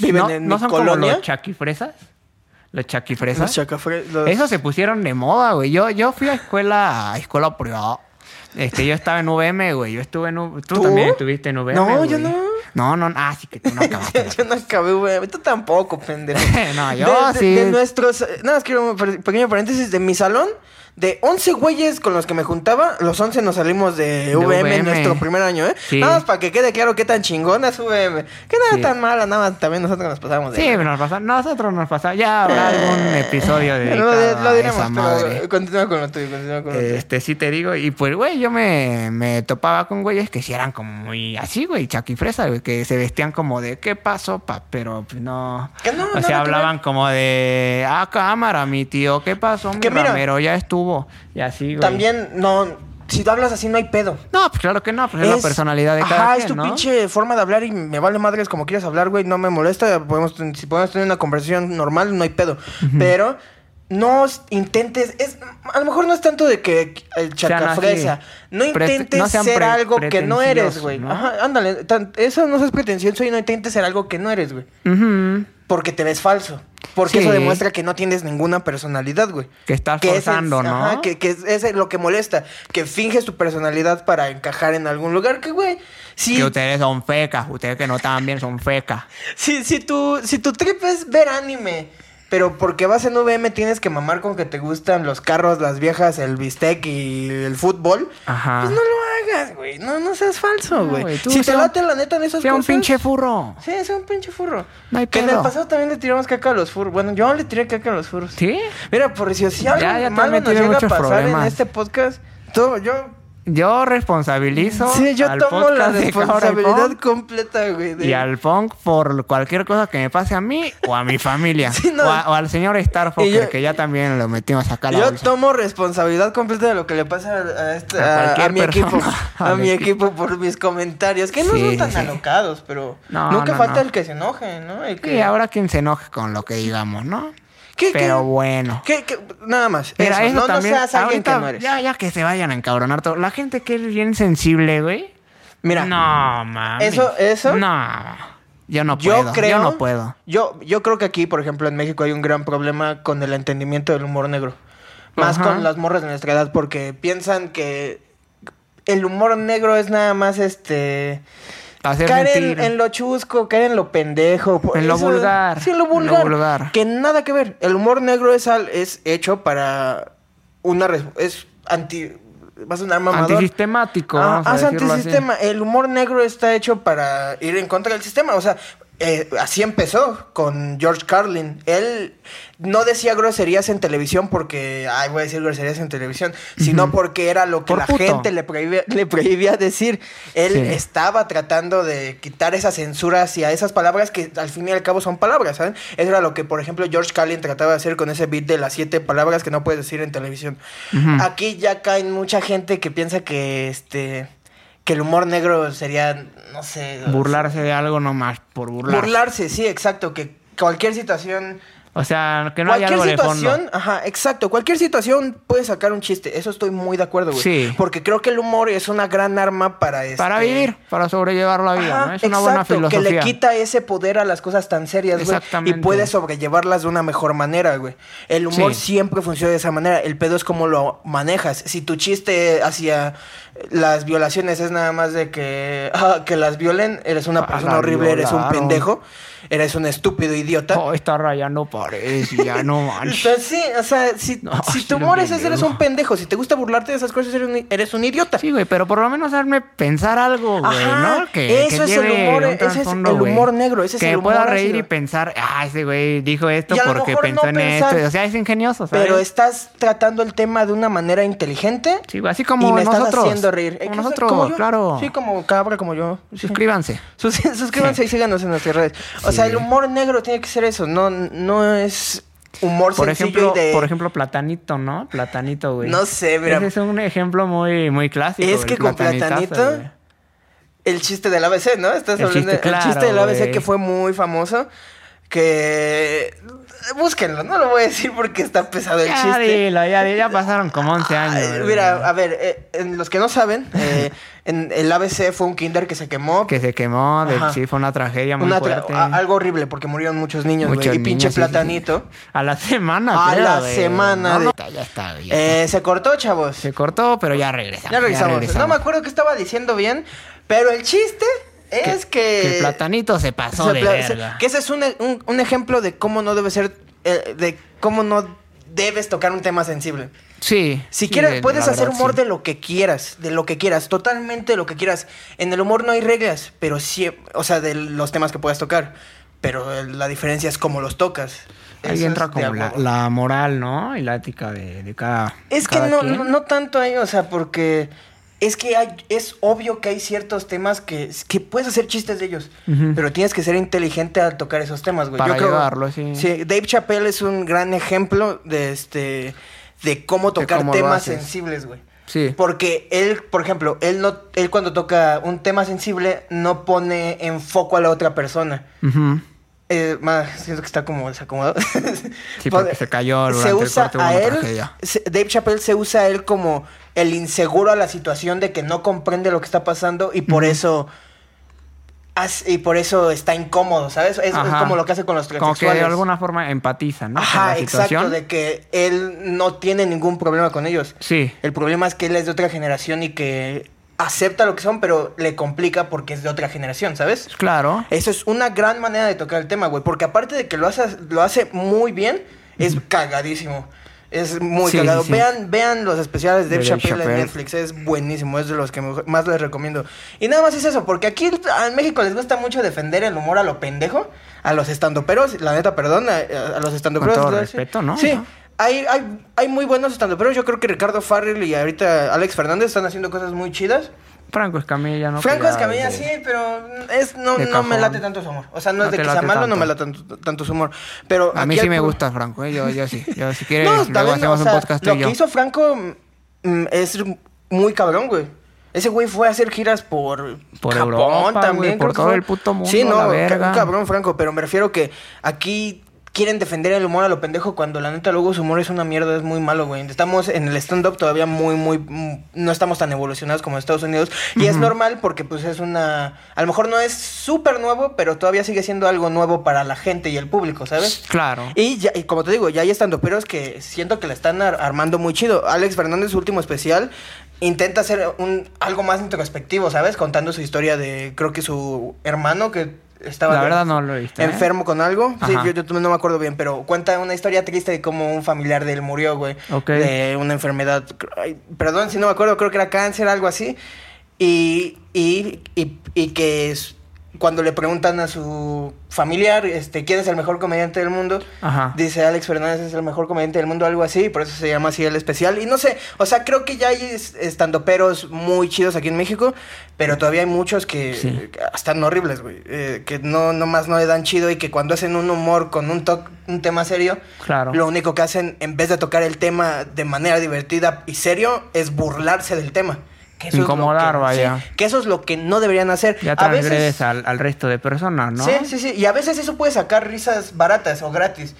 viven
¿No,
en
¿no
mi
son como
colonia.
los chaquifresas? ¿Los
Los
chaquifresas?
chacafres- los-
Esos se pusieron de moda, güey. Yo, yo fui a escuela, a escuela privada. Este, yo estaba en UVM, güey. Yo estuve en U- ¿Tú,
¿Tú?
también estuviste en UVM,
No,
güey.
yo no.
No, no, ah, sí que tú no acabaste.
[LAUGHS] yo no acabé, güey. Tú tampoco, pendejo.
[LAUGHS] No, yo
de, de-
sí.
de nuestros. Nada más quiero un per- pequeño paréntesis. De mi salón, de 11 güeyes con los que me juntaba, los 11 nos salimos de,
De
VM,
VM.
en nuestro primer año, ¿eh?
Sí.
Nada más para que quede claro qué tan chingona es VM. Que nada
Sí.
tan mala, nada más también nosotros nos pasamos de.
Sí, nos pasa, nosotros nos pasa. Ya habrá algún episodio de
lo, de- lo diremos,
esa
pero
madre.
eh, continúa con lo tuyo, continúa con lo tuyo.
Este, sí te digo, y pues, güey, yo me, me topaba con güeyes que sí eran como muy así, güey, chaquifresa, güey, que se vestían como de qué pasó, pa, pero pues no.
Que no,
o
nada que
sea, hablaban como de, ah, cámara, mi tío, qué pasó, mi
Que mira.
ramero, ya estuvo, y así, güey.
También, no. Si tú hablas así, no hay pedo.
No, pues claro que no, pues es, la personalidad de cada
Ajá,
quien,
es tu
¿no?
pinche forma de hablar y me vale madres como quieras hablar, güey. No me molesta. Podemos, ten- si podemos tener una conversación normal, no hay pedo. Pero no s- intentes... Es, a lo mejor no es tanto de que el
Sean así,
chacafresa. No
prete-
intentes
no sean
ser
pre-
algo que no eres,
pretencioso,
güey.
¿no?
Ajá, ándale. tan- eso no es pretencioso y no intentes ser algo que no eres, güey.
Ujú,
Porque te ves falso. Porque eso
Sí.
demuestra que no tienes ninguna personalidad, güey.
Que estás
Que es en-
forzando, ¿no?
ajá, que, que es, es lo que molesta. Que finges tu personalidad para encajar en algún lugar. Que, güey, si,
Que ustedes son fecas, ustedes que no están bien son fecas.
si, si, tu, si tu trip es ver anime, pero porque vas en VM tienes que mamar con que te gustan los carros, las viejas, el bistec y el fútbol.
Ajá.
Pues no lo hagas, güey. No, no seas falso,
No,
güey.
güey, tú
si te
sea un-
late la neta en esas
Sea un
cosas...
pinche furro.
Sí, es un pinche furro.
No hay
que en el
pedo.
pasado también le tiramos caca a los furros. Bueno, yo le tiré caca a los furros.
¿Sí?
Mira, por si, si algo
Ya, ya te has
malo nos
metido en
llega a
muchos
pasar en
problemas.
este podcast, todo, yo
Yo responsabilizo.
Sí, yo
al
tomo la
podcast de Cabra y
responsabilidad
Punk
completa, güey. de-
Y al punk por cualquier cosa que me pase a mí o a mi
[LAUGHS]
familia.
Sí, no.
o, a- o al señor Star
Y yo-
Fokker, que ya también lo metimos acá a la
Yo
bolsa.
tomo responsabilidad completa de lo que le pasa a, a este-
A
a- a
cualquier
mi
persona.
equipo. [LAUGHS] A
Al
mi
equipo.
equipo por mis comentarios, que no
Sí,
son tan
sí.
alocados, pero
No,
nunca
no,
falta
no.
el que se enoje, ¿no? El que...
Y habrá quien se enoje con lo que digamos, ¿no?
¿Qué-
Pero
qué-
bueno.
¿Qué- qué? Nada más.
Mira,
eso.
eso
no,
también.
no seas alguien que
ahorita,
no eres.
Ya, ya que se vayan a encabronar todo. La gente que es bien sensible, güey.
Mira,
No, mami.
Eso- eso-
No. Yo no
yo
puedo.
creo.
Yo no puedo.
Yo, yo creo que aquí, por ejemplo, en México hay un gran problema con el entendimiento del humor negro. Más
Ajá.
con las morras de nuestra edad, porque piensan que el humor negro es nada más este.
Hacer
caer en,
mentira.
en lo chusco, caer en lo pendejo. por
En lo
eso-
vulgar.
Sí, en lo
En lo
vulgar.
vulgar.
Que nada que ver. El humor negro es, al- es hecho para una... res- Es anti... Vas a sonar mamador.
Antisistemático.
Ah,
vamos a
haz
decirlo así.
antisistema. El humor negro está hecho para ir en contra del sistema. O sea, eh, así empezó con George Carlin. Él no decía groserías en televisión porque, ay, voy a decir groserías en televisión, sino porque era lo que
Por
la
puto.
gente le prohibía, le prohibía decir. Él
Sí.
estaba tratando de quitar esa censura hacia esas palabras que al fin y al cabo son palabras, ¿saben? Eso era lo que, por ejemplo, George Carlin trataba de hacer con ese beat de las siete palabras que no puedes decir en televisión.
Ujú.
Aquí ya cae mucha gente que piensa que este que el humor negro sería, no sé,
Burlarse de algo nomás por burlar.
burlarse, sí, exacto, que cualquier situación
O sea, que no haya
cualquier
algo de
situación,
fondo.
ajá, exacto, cualquier situación puede sacar un chiste, eso estoy muy de acuerdo, güey,
Sí.
porque creo que el humor es una gran arma para este,
Para vivir, para sobrellevar la vida,
Ajá,
¿no? Es una buena
exacto,
filosofía.
Que le quita ese poder a las cosas tan serias, güey. Y
Exactamente.
puede sobrellevarlas de una mejor manera, güey. El humor
Sí.
siempre funciona de esa manera. El pedo es cómo lo manejas. Si tu chiste hacia las violaciones es nada más de que, ah, que las violen, eres una
Ah,
persona
la
horrible, eres un
violaron.
pendejo, eres un estúpido idiota.
Oh, está rayando paredes, y
[LAUGHS]
ya no manches.
Entonces, sí, o sea, si,
No,
si
sí,
tu
lo
humor es ese, eres
pendejo.
un pendejo. Si te gusta burlarte de esas cosas, eres un, eres un idiota.
Sí, güey, pero por lo menos hazme pensar algo, güey,
Ajá,
¿no? Que,
eso
que
es el
lleve
humor,
un
ese es
trasfondo,
el
güey.
humor negro, ese es
que
el
me pueda
humor
reír y
ácido.
pensar, ah, ese güey dijo esto
Y a lo
porque
mejor
pensó
no
en
pensar.
esto. O sea, ¿eh? es ingenioso, ¿sabes?
Pero estás tratando el tema de una manera inteligente
Sí, güey, así como
y me
nosotros.
estás haciendo reír. Eh,
Como
que-
nosotros,
como yo.
claro.
Sí, como cabra, como yo. [LAUGHS] Sí.
Suscríbanse.
Sus- Suscríbanse y síganos en nuestras redes. O
Sí.
sea, el humor negro tiene que ser eso. No, no es humor
Por
sencillo
ejemplo,
y de...
por ejemplo, platanito, ¿no? Platanito, güey.
No sé, mira.
Ese es un ejemplo muy, muy clásico.
Es
el
que con
platanitazo,
platanito,
güey.
El chiste del ABC, ¿no? Estás
El
hablando
chiste,
del
claro,
chiste del ABC
güey.
que fue muy famoso. Que... Búsquenlo. No lo voy a decir porque está pesado el
Ya
chiste.
dilo, ya, dilo, ya pasaron como 11 años.
Ay,
güey.
mira, a ver, eh, en los que no saben,
[LAUGHS]
eh, en el ABC fue un kinder que se quemó.
que se quemó, de-
Ajá.
sí, fue una tragedia muy
Una tra-
fuerte.
a- algo horrible porque murieron muchos niños, güey.
Muchos
Y pinche
niños, sí, sí, sí.
platanito.
A la semana,
A
creo,
la
güey.
semana
No,
de-
no, está, ya está, güey.
Eh, se cortó, chavos.
Se cortó, pero ya regresamos.
ya, regresamos. No me acuerdo qué estaba diciendo bien, pero el chiste es que.
Que el platanito se pasó
se
de
pla- se-
verga.
que ese es un, un- un ejemplo de cómo no debe ser. eh, de cómo no debes tocar un tema sensible.
Sí.
Si
sí,
quieres,
de-
puedes
la
hacer
verdad,
humor
sí.
de lo que quieras, de lo que quieras, totalmente de lo que quieras. En el humor no hay reglas, pero sí, o sea, de los temas que puedas tocar. Pero el- la diferencia es cómo los tocas.
Ahí
Eso
entra
es de
como
a
la,
huevo.
la moral, ¿no? Y la ética de, de cada.
Es que
cada
no,
quien.
no, no tanto ahí, o sea, porque es que hay, es obvio que hay ciertos temas que, que puedes hacer chistes de ellos,
Ujú.
pero tienes que ser inteligente al tocar esos temas, güey.
Para
Yo creo-
llevarlo, sí.
Dave Chappelle es un gran ejemplo de este de cómo tocar
cómo lo
temas
haces.
sensibles, güey.
Sí.
Porque él, por ejemplo, él no, él cuando toca un tema sensible no pone en foco a la otra persona.
Ujú.
Eh, más, siento que está como desacomodado. [LAUGHS] Pues,
Sí, porque se cayó durante
se
el
usa
corte, hubo
a
una
él,
tragedia.
se- Dave Chappelle se usa a él como el inseguro a la situación de que no comprende lo que está pasando y por eso hace- y por eso está incómodo, ¿sabes? Es, es
Ajá.
como lo que hace con los
Como
transexuales.
que de alguna forma empatiza, ¿no? con
Ajá,
la
exacto,
situación.
de que él no tiene ningún problema con ellos.
Sí.
El problema es que él es de otra generación y que acepta lo que son, pero le complica porque es de otra generación, ¿sabes?
Claro.
Eso es una gran manera de tocar el tema, güey. Porque aparte de que lo hace, lo hace muy bien, es cagadísimo. Es muy
Sí,
cagado.
sí, sí.
Vean, vean los especiales de Dave
De Dave
Chappelle, en
Chappelle.
Netflix. Es buenísimo. Es de los que mejor- más les recomiendo. Y nada más es eso. Porque aquí en México les gusta mucho defender el humor a lo pendejo. A los estandoperos. La neta, perdón. A, a- a los estandoperos.
todo
¿no?
respeto, ¿no?
Sí.
Ajá.
hay, hay, hay muy buenos estandoperos. Yo creo que Ricardo Farrell y ahorita Alex Fernández están haciendo cosas muy chidas.
Franco Escamilla, ¿no?
Franco
Que ya-
Escamilla
de-
sí, pero es, no,
de
no me
cajón.
late tanto su humor. O sea, no,
No
es de
te
que sea
late
malo, no
tanto.
me late tanto, tanto su humor. Pero
A mí
aquí
sí
al
me
pub-
gusta Franco, ¿eh? yo, yo sí.
[LAUGHS]
Yo, si quieres,
No,
luego
también, o
hacemos
sea,
un podcast tú
lo
y yo.
que hizo Franco mm, es muy cabrón, güey. Ese güey fue a hacer giras por,
Por
Japón
Europa,
también.
güey,
creo
por
que
todo
fue.
el puto mundo,
Sí, no,
la
ca-
verga.
cabrón Franco, pero me refiero que aquí quieren defender el humor a lo pendejo cuando la neta luego su humor es una mierda, es muy malo, güey. Estamos en el stand-up todavía muy, muy... mm, No estamos tan evolucionados como en Estados Unidos. Y es normal porque pues es una... A lo mejor no es súper nuevo, pero todavía sigue siendo algo nuevo para la gente y el público, ¿sabes?
[LAUGHS] Claro.
Y, ya- y como te digo, ya hay estandoperos que siento que la están ar- armando muy chido. Alex Fernández, su último especial, intenta hacer un algo más introspectivo, ¿sabes? Contando su historia de, creo que su hermano que estaba
La verdad no lo he visto, ¿eh?
enfermo con algo. Sí,
Ajá.
yo, yo no me acuerdo bien, pero cuenta una historia triste de cómo un familiar de él murió, güey.
Ok.
De una enfermedad. Ay, perdón si no me acuerdo, creo que era cáncer, algo así. Y, y, y, y que es- cuando le preguntan a su familiar este, quién es el mejor comediante del mundo,
Ajá.
dice Alex Fernández es el mejor comediante del mundo, algo así, y por eso se llama así el especial. Y no sé, o sea, creo que ya hay es- estandoperos muy chidos aquí en México, pero todavía hay muchos que
Sí.
que están horribles, güey. eh, que no nomás no le dan chido y que cuando hacen un humor con un, toc- un tema serio,
Claro.
lo único que hacen, en vez de tocar el tema de manera divertida y serio, es burlarse del tema. Que eso es lo
Incomodar,
que- sí,
vaya.
que eso es lo que no deberían hacer.
Ya
a veces,
transgredes al, al resto de personas, ¿no?
Sí, sí, sí. Y a veces eso puede sacar risas baratas o gratis.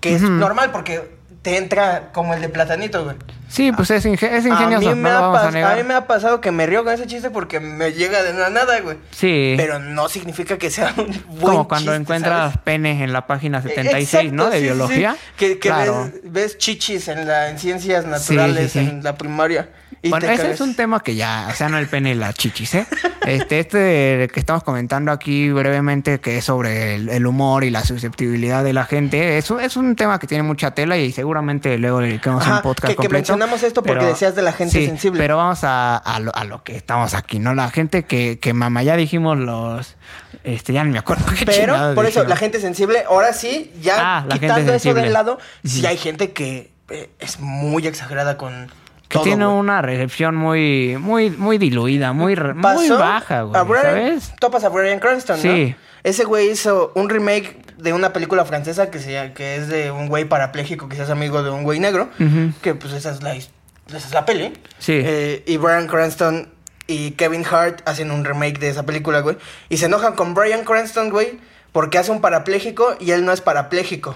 Que es
Ujú.
normal porque te entra como el de platanito, güey.
Sí, pues es, inge- es ingenioso,
a, mí me
no
ha
lo vamos a
pas- a
negar.
mí me ha pasado que me río con ese chiste porque me llega de la nada, güey.
Sí.
Pero no significa que sea un buen
Como cuando
chiste,
encuentras
¿sabes? Eh,
penes en la página 76, ¿no?
Exacto, sí,
De
sí, sí.
biología.
Que, que
claro.
ves, ves chichis en, la, en ciencias
sí,
naturales,
sí.
en la primaria. y
Bueno,
te
ese
cagas.
es un tema que ya, o sea, no el pene y las chichis, ¿eh? [LAUGHS] Este, este que estamos comentando aquí brevemente, que es sobre el, el humor y la susceptibilidad de la gente, es, un- es un tema que tiene mucha tela y seguramente luego le dedicamos
Ajá,
un podcast
que- que
completo.
mencionamos esto porque decías de la gente
sí,
sensible.
pero vamos a, a lo, a lo que estamos aquí, ¿no? La gente que, que mamá, ya dijimos los... Este, ya ni me acuerdo [LAUGHS] qué
Pero,
chingados
por eso,
dijimos.
la gente sensible, ahora sí, ya
Ah, la gente
quitando eso
sensible.
del lado, sí hay gente que eh, es muy exagerada con
Que
todo,
tiene
güey.
una recepción muy, muy, muy diluida, muy, re- muy
Pasó
baja,
a
güey,
Brian-
¿sabes?
Topas a Brian Cranston,
Sí.
¿no? Ese güey hizo un remake de una película francesa que, se, que es de un güey parapléjico que se hace amigo de un güey negro.
Ujú.
Que pues esa es la, his- esa es la peli.
Sí.
Eh, y Brian Cranston y Kevin Hart hacen un remake de esa película, güey. Y se enojan con Brian Cranston, güey, porque hace un parapléjico y él no es parapléjico.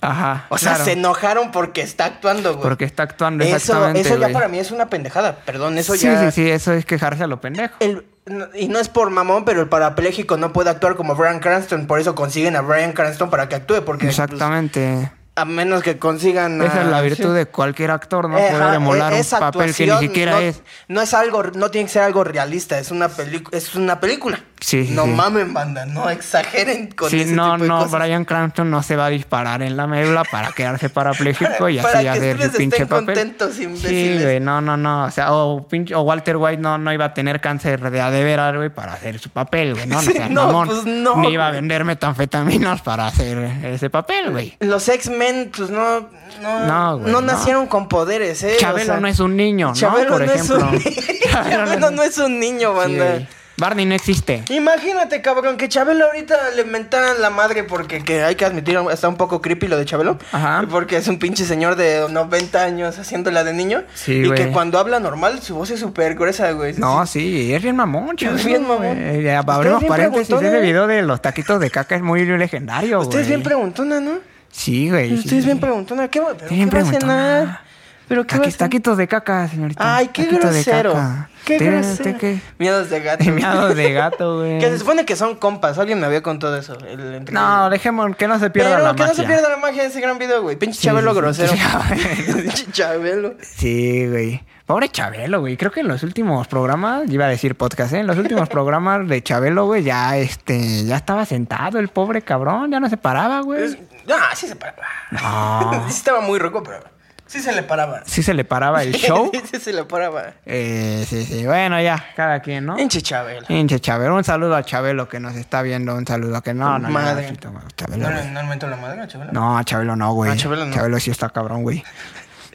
Ajá.
O sea,
claro.
se enojaron porque está actuando, güey.
Porque está actuando
eso,
exactamente.
eso ya
güey.
para mí es una pendejada. Perdón, eso
sí,
ya. Eh,
Sí, sí, eso es quejarse a lo pendejo.
El- no- y no es por mamón, pero el parapléjico no puede actuar como Brian Cranston. Por eso consiguen a Brian Cranston para que actúe. Porque pues,
Exactamente.
a menos que consigan. a-
Esa es la virtud de cualquier actor, ¿no?
Ajá,
Poder emular
e-
un
esa
papel que ni
actuación
siquiera
no,
es.
No es algo, no tiene que ser algo realista. Es una, peli- es una película.
Sí, sí,
No
sí.
mamen, banda. No exageren con
Sí,
ese
no,
tipo de
no,
cosas.
Brian Cranston no se va a disparar en la médula para quedarse
[LAUGHS]
parapléjico y
para
así
que
hacer
ustedes
el
estén
pinche papel.
contentos, imbéciles.
Sí, güey, no, no, no. O sea, o, pinche- o Walter White no, no iba a tener cáncer de adeverar, güey, para hacer su papel, güey. No,
[LAUGHS]
no,
Sí,
seas
no,
mamón.
pues no,
Ni iba a
güey.
vender metanfetaminas para hacer ese papel, güey.
Los X-Men, pues no. No,
No, güey,
no
no.
nacieron con poderes, ¿eh? O
Chabelo
sea,
no es un niño, ¿no?
Chabelo
Por
no es
ejemplo.
un niño. [LAUGHS]
[LAUGHS]
Chabelo no es un niño,
Sí,
banda.
güey. Barney no existe.
Imagínate, cabrón, que Chabelo ahorita le mentaran la madre porque que hay que admitir, está un poco creepy lo de Chabelo.
Ajá.
Porque es un pinche señor de 90 años haciéndola de niño.
Sí,
Y que
güey.
cuando habla normal, su voz es súper gruesa, güey.
No, sí, es bien mamón, chaval.
Es bien mamón.
Eh, ya,
Usted es
abrimos
bien
paréntesis.
preguntón,
Ese
¿eh?
video de los taquitos de caca es muy legendario, güey.
Usted es bien preguntona, ¿no?
Sí, güey.
Usted es bien preguntona. ¿Qué, va- pero
Bien
qué va a
preguntona.
cenar? ¿Pero qué va a
Taqui-
cenar?
taquitos de caca, señorita.
Ay, qué
Taquitos de
grosero.
caca.
Qué
Tiene-
grosero.
tiene que-
[LAUGHS] Miedos de gato. güey.
[LAUGHS] Miados de gato, güey.
Que se supone que son compas. Alguien me había contado eso. el entre-
No, dejemos que no se pierda
Pero
la
que
magia.
no se pierda la magia de ese gran video, güey. Pinche
Sí,
Chabelo
sí, sí. [LAUGHS]
grosero. [LAUGHS] Pinche Chabelo.
Sí, güey. Pobre Chabelo, güey. Creo que en los últimos programas, iba a decir podcast, ¿eh? En los
[LAUGHS]
últimos programas de Chabelo, güey, ya este, ya estaba sentado el pobre cabrón, ya no se paraba, güey.
Es- Ah, [LAUGHS] sí se paraba.
No.
Sí estaba muy roco, pero. Sí se le paraba.
Sí se le paraba el show.
[LAUGHS] Sí, sí se le paraba.
Eh, sí, sí. Bueno, ya, cada quien, ¿no?
Pinche Chabela.
Hinche Chabelo. Un saludo a Chabelo que nos está viendo. Un saludo a que no, no, no,
Madre.
chito, güey,
¿No,
Chabelo,
le-
güey.
no le metió la madre a Chabela?
No, Chabelo no, güey.
Ah, Chabelo no.
sí está cabrón, güey.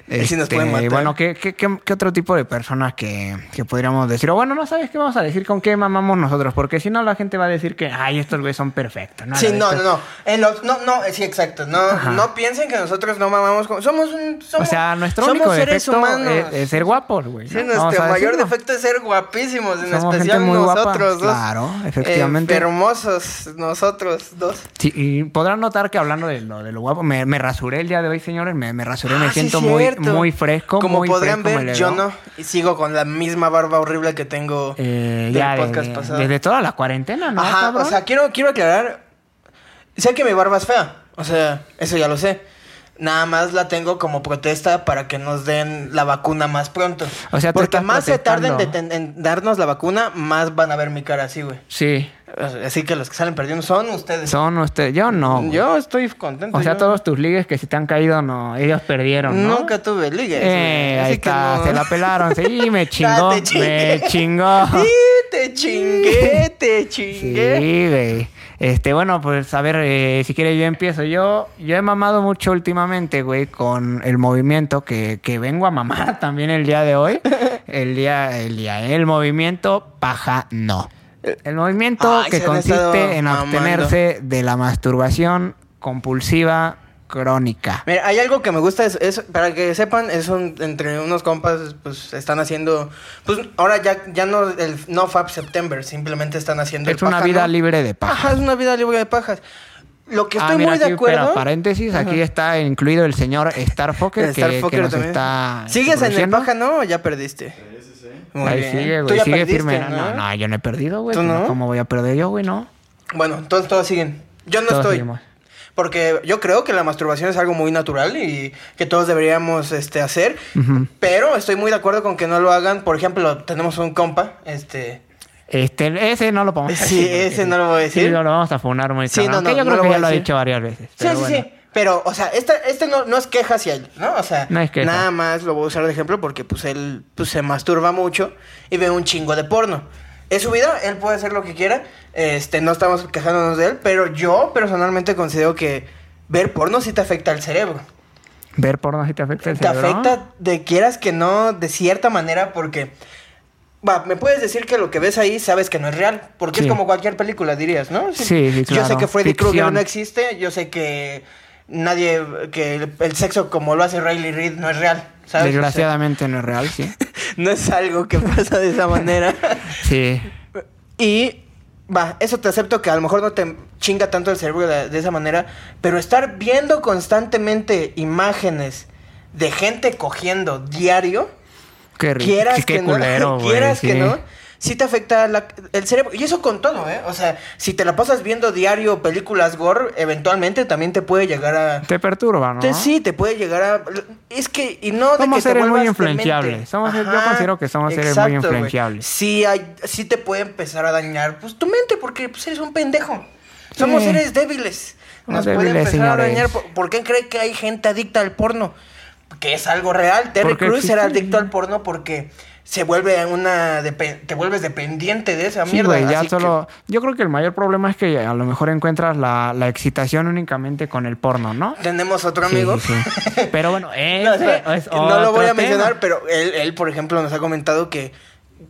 Él sí nos puede matar.
Y bueno, ¿qué, qué, qué, qué otro tipo de personas que, que podríamos decir? O bueno, no sabes qué vamos a decir, con qué mamamos nosotros, porque si no la gente va a decir que, ay, estos güeyes son perfectos. nada
Sí,
de
no,
esto".
no, no. En los- no, no, eh, sí, exacto. No,
Ajá.
no piensen que nosotros no mamamos con... Somos un... Somos,
o sea, nuestro
somos
único
seres
defecto
humanos.
es, es ser guapos, güey.
Sí,
¿no?
nuestro
Vamos a
mayor
decirlo.
defecto es ser guapísimos, en
Somos
especial
gente muy guapa,
nosotros dos.
claro, efectivamente.
Eh, hermosos nosotros dos.
Sí, y podrán notar que hablando de lo, de lo guapo, me, me rasuré el día de hoy, señores, me, me rasuré, me
Ah, sí,
siento muy,
cierto.
muy fresco.
Como
muy
podrán
fresco, me
ver,
le
yo
veo.
no. Y sigo con la misma barba horrible que tengo
Eh,
del
ya
podcast
desde,
pasado.
desde toda la cuarentena, ¿no?
Ajá,
cabrón?
o sea, quiero, quiero aclarar. Sé que mi barba es fea. O sea, eso ya lo sé. Nada más la tengo como protesta para que nos den la vacuna más pronto.
O sea, tú
Porque
estás
más se tarden de
protestando.
ten- en darnos la vacuna, más van a ver mi cara así, güey.
Sí,
Así que los que salen perdiendo son ustedes.
son ustedes. Yo no. güey.
Yo estoy contento.
o sea,
yo-
todos tus ligues que se te han caído, no, ellos perdieron, ¿no?
Nunca tuve liga.
Eh, ahí está, se la pelaron. Sí,
[LAUGHS]
me
Ah,
chingó.
te
me
chingué.
chingó.
Sí, te chingué, te
Sí,
chingué.
güey. Este, bueno, pues a ver, eh, si quieres yo empiezo. Yo, yo he mamado mucho últimamente, güey, con el movimiento que, que vengo a mamar [LAUGHS] también el día de hoy. El día, el día, eh, el movimiento paja no. El movimiento
Ay,
que
se han estado
consiste en
mamando.
abstenerse de la masturbación compulsiva crónica.
Mira, hay algo que me gusta, es, es- para que sepan, es un, entre unos compas, pues están haciendo, pues ahora ya, ya no, el no Fab September, simplemente están haciendo...
Es
el
una
paja,
vida
¿no?
libre de paja.
Ajá, es una vida libre de pajas. Lo que
Ah,
estoy
mira,
muy de
aquí, espera,
acuerdo...
paréntesis, aquí está incluido el señor Star
[LAUGHS]
Fokker,
el
que,
Star
que
Fokker
nos
también.
está...
¿Sigues en el
introduciendo.
paja, no? ¿O ya perdiste?
Sí, sí, sí.
Muy
Ahí
bien.
sigue,
Tú
güey,
ya
sigue
perdiste,
firme. ¿no? No, no, yo no he perdido, güey.
¿Tú
pues,
no?
¿Cómo voy a perder yo, güey? No.
Bueno, entonces todos siguen. Yo no
Todos
estoy.
seguimos.
Porque yo creo que la masturbación es algo muy natural y que todos deberíamos este, hacer.
Ujú.
Pero estoy muy de acuerdo con que no lo hagan. Por ejemplo, tenemos un compa, este...
Este, ese no lo podemos
Sí,
decir, güey.
ese no lo voy a decir.
Sí, no lo vamos a funar muy
Sí,
cabrón,
no, no,
que yo
no
creo
lo
que
voy
ya
a
lo he
decir.
dicho varias veces.
Sí, sí,
pero bueno.
sí. Pero, o sea, esta, este no, no es queja hacia él, ¿no? O sea,
No es queja.
nada más lo voy a usar de ejemplo porque pues él pues, se masturba mucho y ve un chingo de porno. Es su vida, él puede hacer lo que quiera. Este, no estamos quejándonos de él, pero yo personalmente considero que ver porno sí te afecta al cerebro.
Ver porno sí te afecta el
Te
cerebro.
afecta de quieras que no, de cierta manera, porque va, me puedes decir que lo que ves ahí sabes que no es real, porque
Sí.
es como cualquier película, dirías, ¿no?
Sí, sí,
Yo sé
claro.
que Freddy
Ficción.
Krueger no existe, yo sé que nadie, que el, el sexo como lo hace Riley Reid no es real, ¿sabes? O sea,
Desgraciadamente no es real, sí.
[LAUGHS] no es algo que pasa de esa manera. [LAUGHS]
Sí.
Y va, eso te acepto que a lo mejor no te chinga tanto el cerebro de, de esa manera, pero estar viendo constantemente imágenes de gente cogiendo diario,
Qué rico.
quieras
sí, qué
que [LAUGHS]
culero,
no,
güey.
quieras que
sí.
no, sí te afecta la- el cerebro. Y eso con todo, ¿eh? O sea, si te la pasas viendo diario películas gore, eventualmente también te puede llegar a...
Te perturba, ¿no?
Te- sí, te puede llegar a... Es que... Y no de
Somos
que te
seres muy
vuelvas
influenciables.
demente.
Somos- yo considero que somos seres muy
exacto, güey.
influenciables.
Sí, hay, sí te puede empezar a dañar pues, tu mente porque pues, eres un pendejo. Somos
Sí.
seres débiles.
Somos
Nos puede
débiles,
empezar a
señores.
dañar. ¿Por, por qué cree que hay gente adicta al porno? Que es algo real. Terry
Porque
Crews era
existe-
adicto al porno porque se vuelve una... depe- te vuelves dependiente de esa
Sí,
mierda.
güey, ya
así
solo... Yo creo que el mayor problema es que a lo mejor encuentras la, la excitación únicamente con el porno, ¿no?
que Tenemos otro amigo.
Sí,
[LAUGHS]
sí. Pero bueno, ese
No, espera,
es
no lo voy a
otro tema.
mencionar, pero él, él, por ejemplo, nos ha comentado que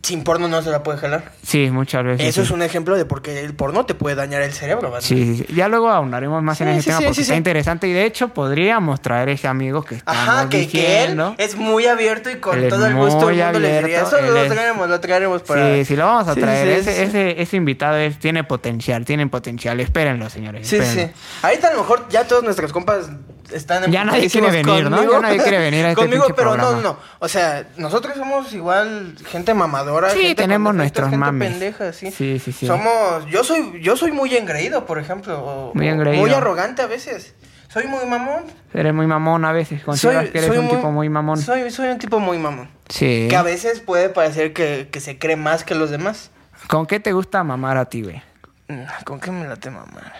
sin porno no se la puede jalar.
Sí, muchas veces.
Eso
sí.
es un ejemplo de por qué el porno te puede dañar el cerebro. ¿verdad?
Sí, sí, sí. ya luego ahondaremos más en
Sí,
ese
sí,
tema
sí,
porque
sí,
está
sí.
interesante y de hecho podríamos traer ese amigo que está
Ajá, que, que él
diciendo.
es muy abierto y con
Él es
todo el gusto
muy
del mundo le diría,
abierto,
eso lo
él es-
traeremos, lo traeremos para...
Sí, sí, lo vamos a
Sí,
traer.
sí,
ese,
sí.
ese- ese invitado es- tiene potencial, tiene potencial. Espérenlo, señores.
Sí, sí, sí.
espérenlo.
Ahorita a lo mejor ya todos nuestros compas están
Ya nadie
emputadísimos
quiere venir, ¿no?
conmigo.
Ya nadie quiere venir a este
Conmigo,
pinche
pero no,
programa.
no, no. O sea, nosotros somos igual gente mamadora.
Sí,
gente con
tenemos
defectos,
nuestros
gente
mames.
pendeja, sí.
Sí, sí, sí.
Somos, yo soy, yo soy muy engreído, por ejemplo. o-
Muy
o
engreído.
Muy arrogante a veces. Soy muy mamón.
Eres muy mamón a veces. Consideras que eres un tipo muy mamón.
Soy, soy un tipo muy mamón.
Sí.
Que a veces puede parecer que, que se cree más que los demás.
¿Con qué te gusta mamar a ti, güey?
Mm, ¿Con qué me late mamar?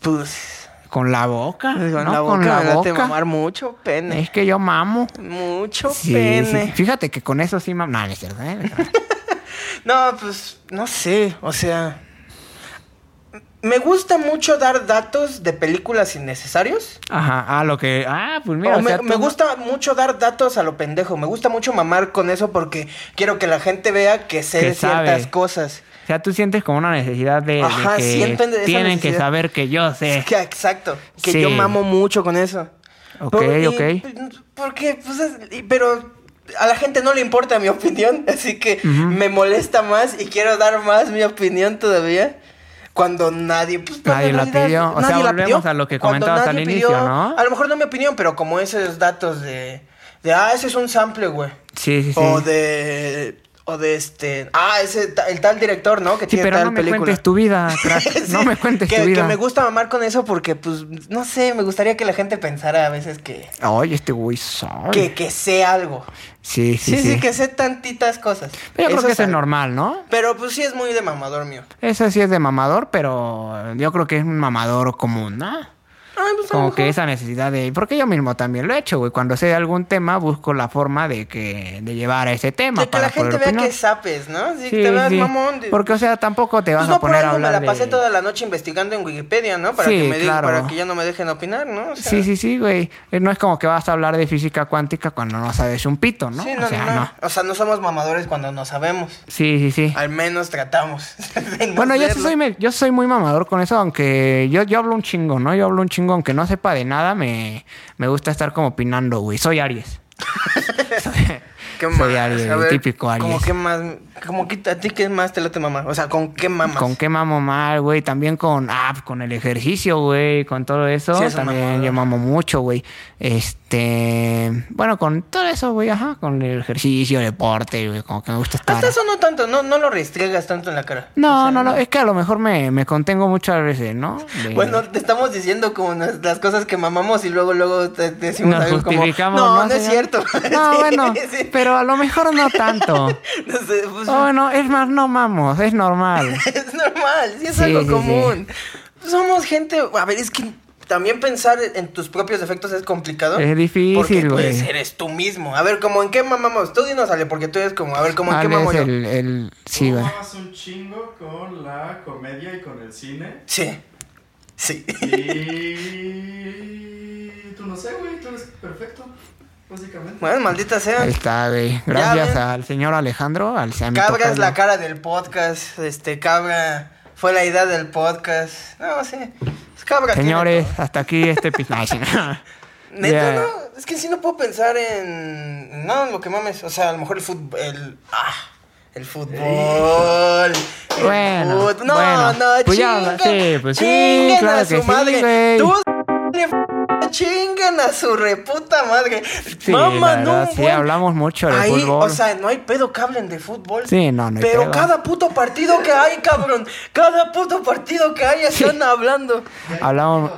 Pues,
Con la boca.
Con
¿no?
la boca,
Con la
me late
boca.
mamar mucho pene.
Es que yo mamo.
Mucho
Sí, sí, sí.
pene.
Fíjate que con eso sí mam... No, no es cierto. ¿eh?
No, pues no sé, o sea, me gusta mucho dar datos de películas innecesarios.
[LAUGHS] Ajá. Ah, lo que. Ah, pues mira.
O
o
me,
sea,
me
tú-
gusta mucho dar datos a lo pendejo, me gusta mucho mamar con eso porque quiero que la gente vea que sé
Que sabe.
ciertas cosas.
O sea, tú sientes como una necesidad de, de
Ajá,
que
siento esa
tienen que
necesidad.
saber que yo sé.
Que- exacto, que
Sí.
yo mamo mucho con eso.
Ok,
Por- y-
ok.
Porque, pues, es- y- pero a la gente no le importa mi opinión, [LAUGHS] así que
Ujú.
me molesta más y quiero dar más mi opinión todavía. Cuando nadie, pues, cuando
Nadie
en
la
realidad
pidió. O sea,
nadie la
volvemos
pidió.
a lo que
Cuando
comentabas
nadie
al inicio, ¿no?
A lo mejor no mi opinión, pero como esos datos de, de ah, ese es un sample, güey.
Sí, sí, sí.
O de, o de este, ah, ese, ta- el tal director, ¿no? Que
Sí,
tiene
pero
tal
no me
película.
cuentes
[LAUGHS]
tu vida, crack. No
Sí,
me cuentes
que,
tu
que
vida.
me gusta mamar con eso porque, pues, no sé, me gustaría que la gente pensara a veces que,
Ay, este güey sabe.
que, que sé algo.
Sí,
Sí,
sí,
sí,
sí.
que sé tantitas cosas.
Pero yo creo que eso es
sabe.
normal, ¿no?
Pero pues sí es muy de mamador mío.
Eso sí es de mamador, pero yo creo que es un mamador común, ¿no?
Ay, pues, a lo
Como que
mejor.
esa necesidad de... Porque yo mismo también lo he hecho, güey. Cuando sé de algún tema, busco la forma de que de llevar a ese tema
De que
para
la gente
poder
vea
opinar.
que sapes, ¿no? Si
Sí,
te veas
sí.
mamón. de-
Porque, o sea, tampoco te vas
pues no
a
por
poner a
algo me
hablar
la pasé
de...
toda la noche investigando en Wikipedia, ¿no? Para,
Sí,
que, me digan-
claro.
para que ya no me dejen opinar, ¿no? O sea,
Sí, sí, sí, güey. Eh, No es como que vas a hablar de física cuántica cuando no sabes un pito, ¿no?
sí,
o sea,
no.
no.
O sea, no somos mamadores cuando no sabemos.
Sí, sí, sí.
Al menos tratamos. [LAUGHS] de no
Bueno, yo sí
serlo.
soy, me- yo soy muy mamador con eso, aunque yo, yo hablo un chingo, ¿no? Yo hablo un chingo, aunque no sepa de nada, me, me gusta estar como opinando, güey. Soy Aries. soy,
¿Qué
soy
más?
Aries,
A
el
ver,
típico Aries.
¿Cómo que más? ¿Cómo que a ti qué más te late mamá? O sea, ¿con qué mamas?
¿Con qué mamo mal, güey? También con, ah, con el ejercicio, güey, con todo eso.
Sí, es un
También
mamador.
yo mamo mucho, güey. Este, bueno, con todo eso, güey, ajá, con el ejercicio, deporte, güey, como que me gusta estar.
Hasta eso no tanto, no, no lo restriegas tanto en la cara.
No,
O sea,
no, no, es que a lo mejor me, me contengo muchas veces, ¿no? De-
Bueno, te estamos diciendo como nos- las cosas que mamamos y luego luego te, te decimos
nos
algo como
justificamos.
no, no, es
señor?
cierto.
No,
[LAUGHS] Sí,
bueno,
sí.
pero a lo mejor no tanto.
No sé, [LAUGHS] pues,
Oh, bueno, es más, no mamos, es normal.
[LAUGHS] es normal, sí es
Sí,
algo
sí, sí.
común. Somos gente, a ver, es que también pensar en tus propios defectos es complicado.
Es difícil,
Porque pues
güey.
eres tú mismo. A ver, como en qué mamamos. Tú dinos, Ale, porque tú eres como, a ver, como en qué
Ale
mamo
es
yo.
el, el... Sí,
Tú
güey.
mamas un chingo con la comedia y con el cine.
Sí. Sí. [LAUGHS]
Y. Tú no sé, güey, tú eres perfecto. Básicamente.
Bueno, maldita sea.
Ahí está, güey. Gracias
ven.
al señor Alejandro, al a mi
Cabra es
tocayo.
la cara del podcast. Este, Cabra fue la idea del podcast. No, sí. Es Cabra. tiene
Señores, hasta aquí este episodio.
[LAUGHS] todo. Neta,
ya.
no. Es que sí no puedo pensar en. No, en lo que mames. O sea, a lo mejor el fútbol. El. Ah, el fútbol. el
Bueno,
fut- No,
bueno.
no,
Pues ya,
chingan.
sí, pues sí,
chinguen
claro
a
que
su
sí,
madre.
güey.
Tú chinguen a su reputa madre.
Sí,
Maman
la verdad,
un
sí,
buen
hablamos mucho de
Ahí,
fútbol.
o sea, no hay pedo que hablen de fútbol.
Sí, no, no hay
Pero
pedo.
cada puto partido que hay, cabrón. Cada puto partido que hay están hablando.
Hablamos...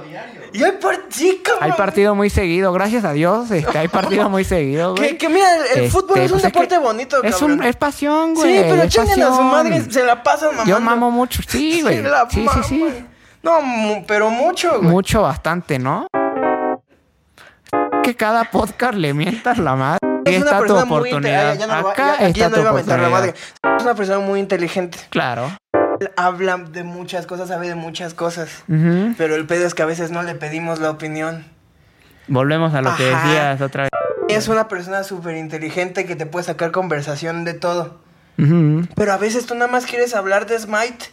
Y hay partido, sí, cabrón.
Hay partido muy seguido, gracias a Dios. este, hay partido
[LAUGHS]
muy seguido, güey.
Que, que mira, el, el
Este,
fútbol es un
pues que
deporte bonito,
es,
cabrón.
un- es pasión, güey.
sí, pero
es
chinguen a su
pasión.
madre, se la pasan mamando.
Yo mamo mucho,
[LAUGHS]
sí, güey.
la
Sí, sí, sí.
maman. No, mu- pero mucho, güey.
Mucho, bastante, ¿no? Que cada podcast le mientas la madre. Aquí
Es una
está tu
persona muy
oportunidad.
inteligente. Ya no lo va-
Acá
ya- aquí ya
está
no
tu
iba a mentar la
oportunidad.
madre. Es una persona muy inteligente.
Claro.
Habla de muchas cosas, sabe de muchas cosas.
Ujú.
Pero el pedo es que a veces no le pedimos la opinión.
Volvemos a lo que
Ajá.
decías otra vez.
Es una persona súper inteligente que te puede sacar conversación de todo.
Ujú.
Pero a veces tú nada más quieres hablar de Smite.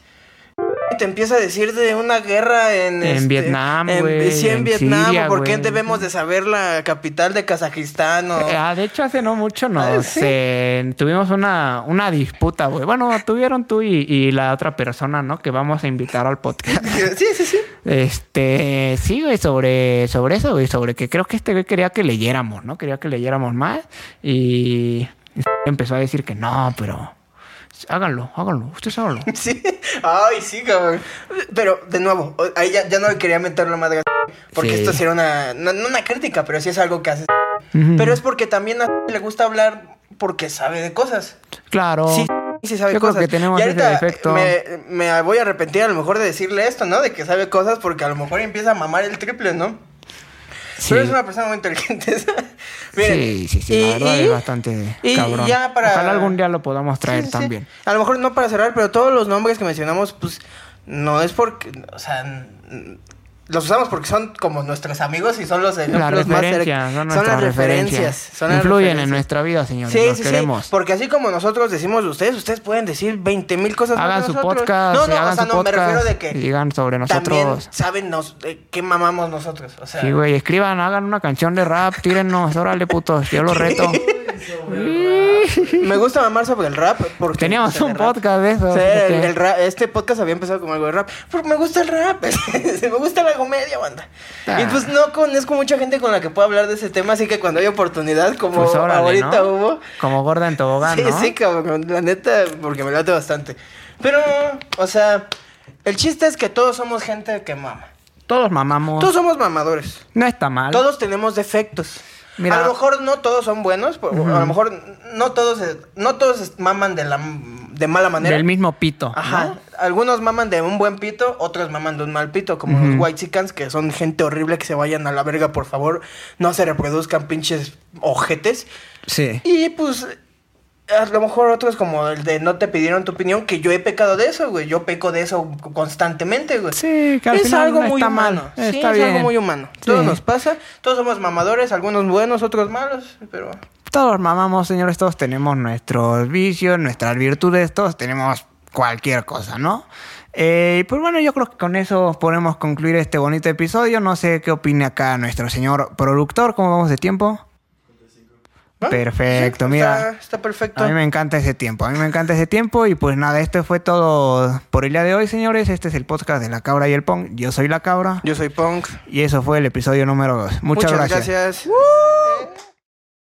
Y te empieza a decir de una guerra en...
En Vietnam, güey,
Sí, en,
en
Vietnam.
Siria,
o ¿Por qué
güey.
debemos de saber la capital de Kazajistán? O...
Ah, de hecho, hace no mucho nos
Ah, sí.
eh, tuvimos una, una disputa, güey. Bueno, tuvieron tú y, y la otra persona, ¿no? Que vamos a invitar al
[LAUGHS]
podcast. [LAUGHS]
Sí, sí, sí.
Este, sí, güey, sobre, sobre eso, güey, sobre que creo que este güey quería que leyéramos, ¿no? Quería que leyéramos más y empezó a decir que no, pero háganlo, háganlo, ustedes háganlo.
Sí. Ay, sí, cabrón. Pero, de nuevo, o- ahí ya, ya no le quería meter la madre. a Porque
Sí.
esto sí era una... No, no una crítica, pero sí es algo que hace.
Ujú.
Pero es porque también a le gusta hablar porque sabe de cosas.
claro,
Sí, sí sabe
Oh. Yo creo
cosas.
que tenemos
y
ese
ahorita
defecto.
Me, me voy a arrepentir a lo mejor de decirle esto, ¿no? De que sabe cosas porque a lo mejor empieza a mamar el triple, ¿no? Pero es una persona muy inteligente. [LAUGHS] Miren,
sí, sí, sí, la verdad es bastante
y
cabrón.
ya para-
Ojalá algún día lo podamos
Sí,
traer
sí, sí.
también.
A lo mejor no para cerrar, pero todos los nombres que mencionamos, pues no es porque, o sea, n- los usamos porque son como nuestros amigos y son los
Las
ejemplos más
referencias,
cercanos.
son nuestras referencias.
son las
Influyen en
referencias.
nuestra vida, señores.
Sí,
los
sí,
queremos.
sí. Porque así como nosotros decimos de ustedes, ustedes pueden decir 20 mil cosas más
Hagan
de
su
nosotros.
podcast,
No, no,
hagan
o sea,
su
no, me refiero
podcast
de que
y digan sobre
también
nosotros.
saben nos, eh, qué mamamos nosotros. O sea,
Sí, güey, escriban, hagan una canción de rap, tírennos, órale,
[LAUGHS]
putos, yo lo reto.
[LAUGHS] me gusta mamar sobre el rap. Porque
Teníamos
sobre
un
el rap.
podcast de eso.
O sea, el-
fíjate.
el ra- este podcast había empezado como algo de rap. Pero me gusta el rap, [LAUGHS] este, me gusta la comedia, banda.
Ah.
Y pues no conozco mucha gente con la que pueda hablar de ese tema, así que cuando hay oportunidad, como
Pues órale,
ahorita
¿no?
hubo.
Como gorda en tobogán,
sí,
¿no?
sí, cabrón, la neta, porque me late bastante. Pero, o sea, el chiste es que todos somos gente que mama.
Todos mamamos.
Todos somos mamadores.
No está mal.
Todos tenemos defectos.
Mira.
a lo mejor no todos son buenos, por- a lo mejor no todos eh, no todos maman de la de mala manera.
Del mismo pito.
Ajá.
¿no?
Algunos maman de un buen pito, otros maman de un mal pito, como los
Ujú.
white chickens, que son gente horrible que se vayan a la verga, por favor. No se reproduzcan pinches ojetes.
Sí.
Y pues, a lo mejor otros como el de no te pidieron tu opinión, que yo he pecado de eso, güey. Yo peco de eso constantemente, güey.
Sí, que al
es
final
algo
no
muy
está mal.
humano. sí,
Está
es algo
bien.
muy humano.
Sí.
Todo nos pasa. Todos somos mamadores, algunos buenos, otros malos, pero...
Todos mamamos, señores, todos tenemos nuestros vicios, nuestras virtudes, todos tenemos cualquier cosa, ¿no? Eh, pues bueno, yo creo que con eso podemos concluir este bonito episodio. No sé qué opina acá nuestro señor productor, ¿cómo vamos de tiempo?
¿Ah?
Perfecto,
Sí,
mira.
Está, está perfecto.
A mí me encanta ese tiempo, a mí me encanta ese tiempo y pues nada, esto fue todo por el día de hoy, señores. Este es el podcast de La Cabra y el Pong. Yo soy La Cabra
Yo soy Punk.
y eso fue el episodio número 2.
Muchas,
Muchas, gracias.
gracias.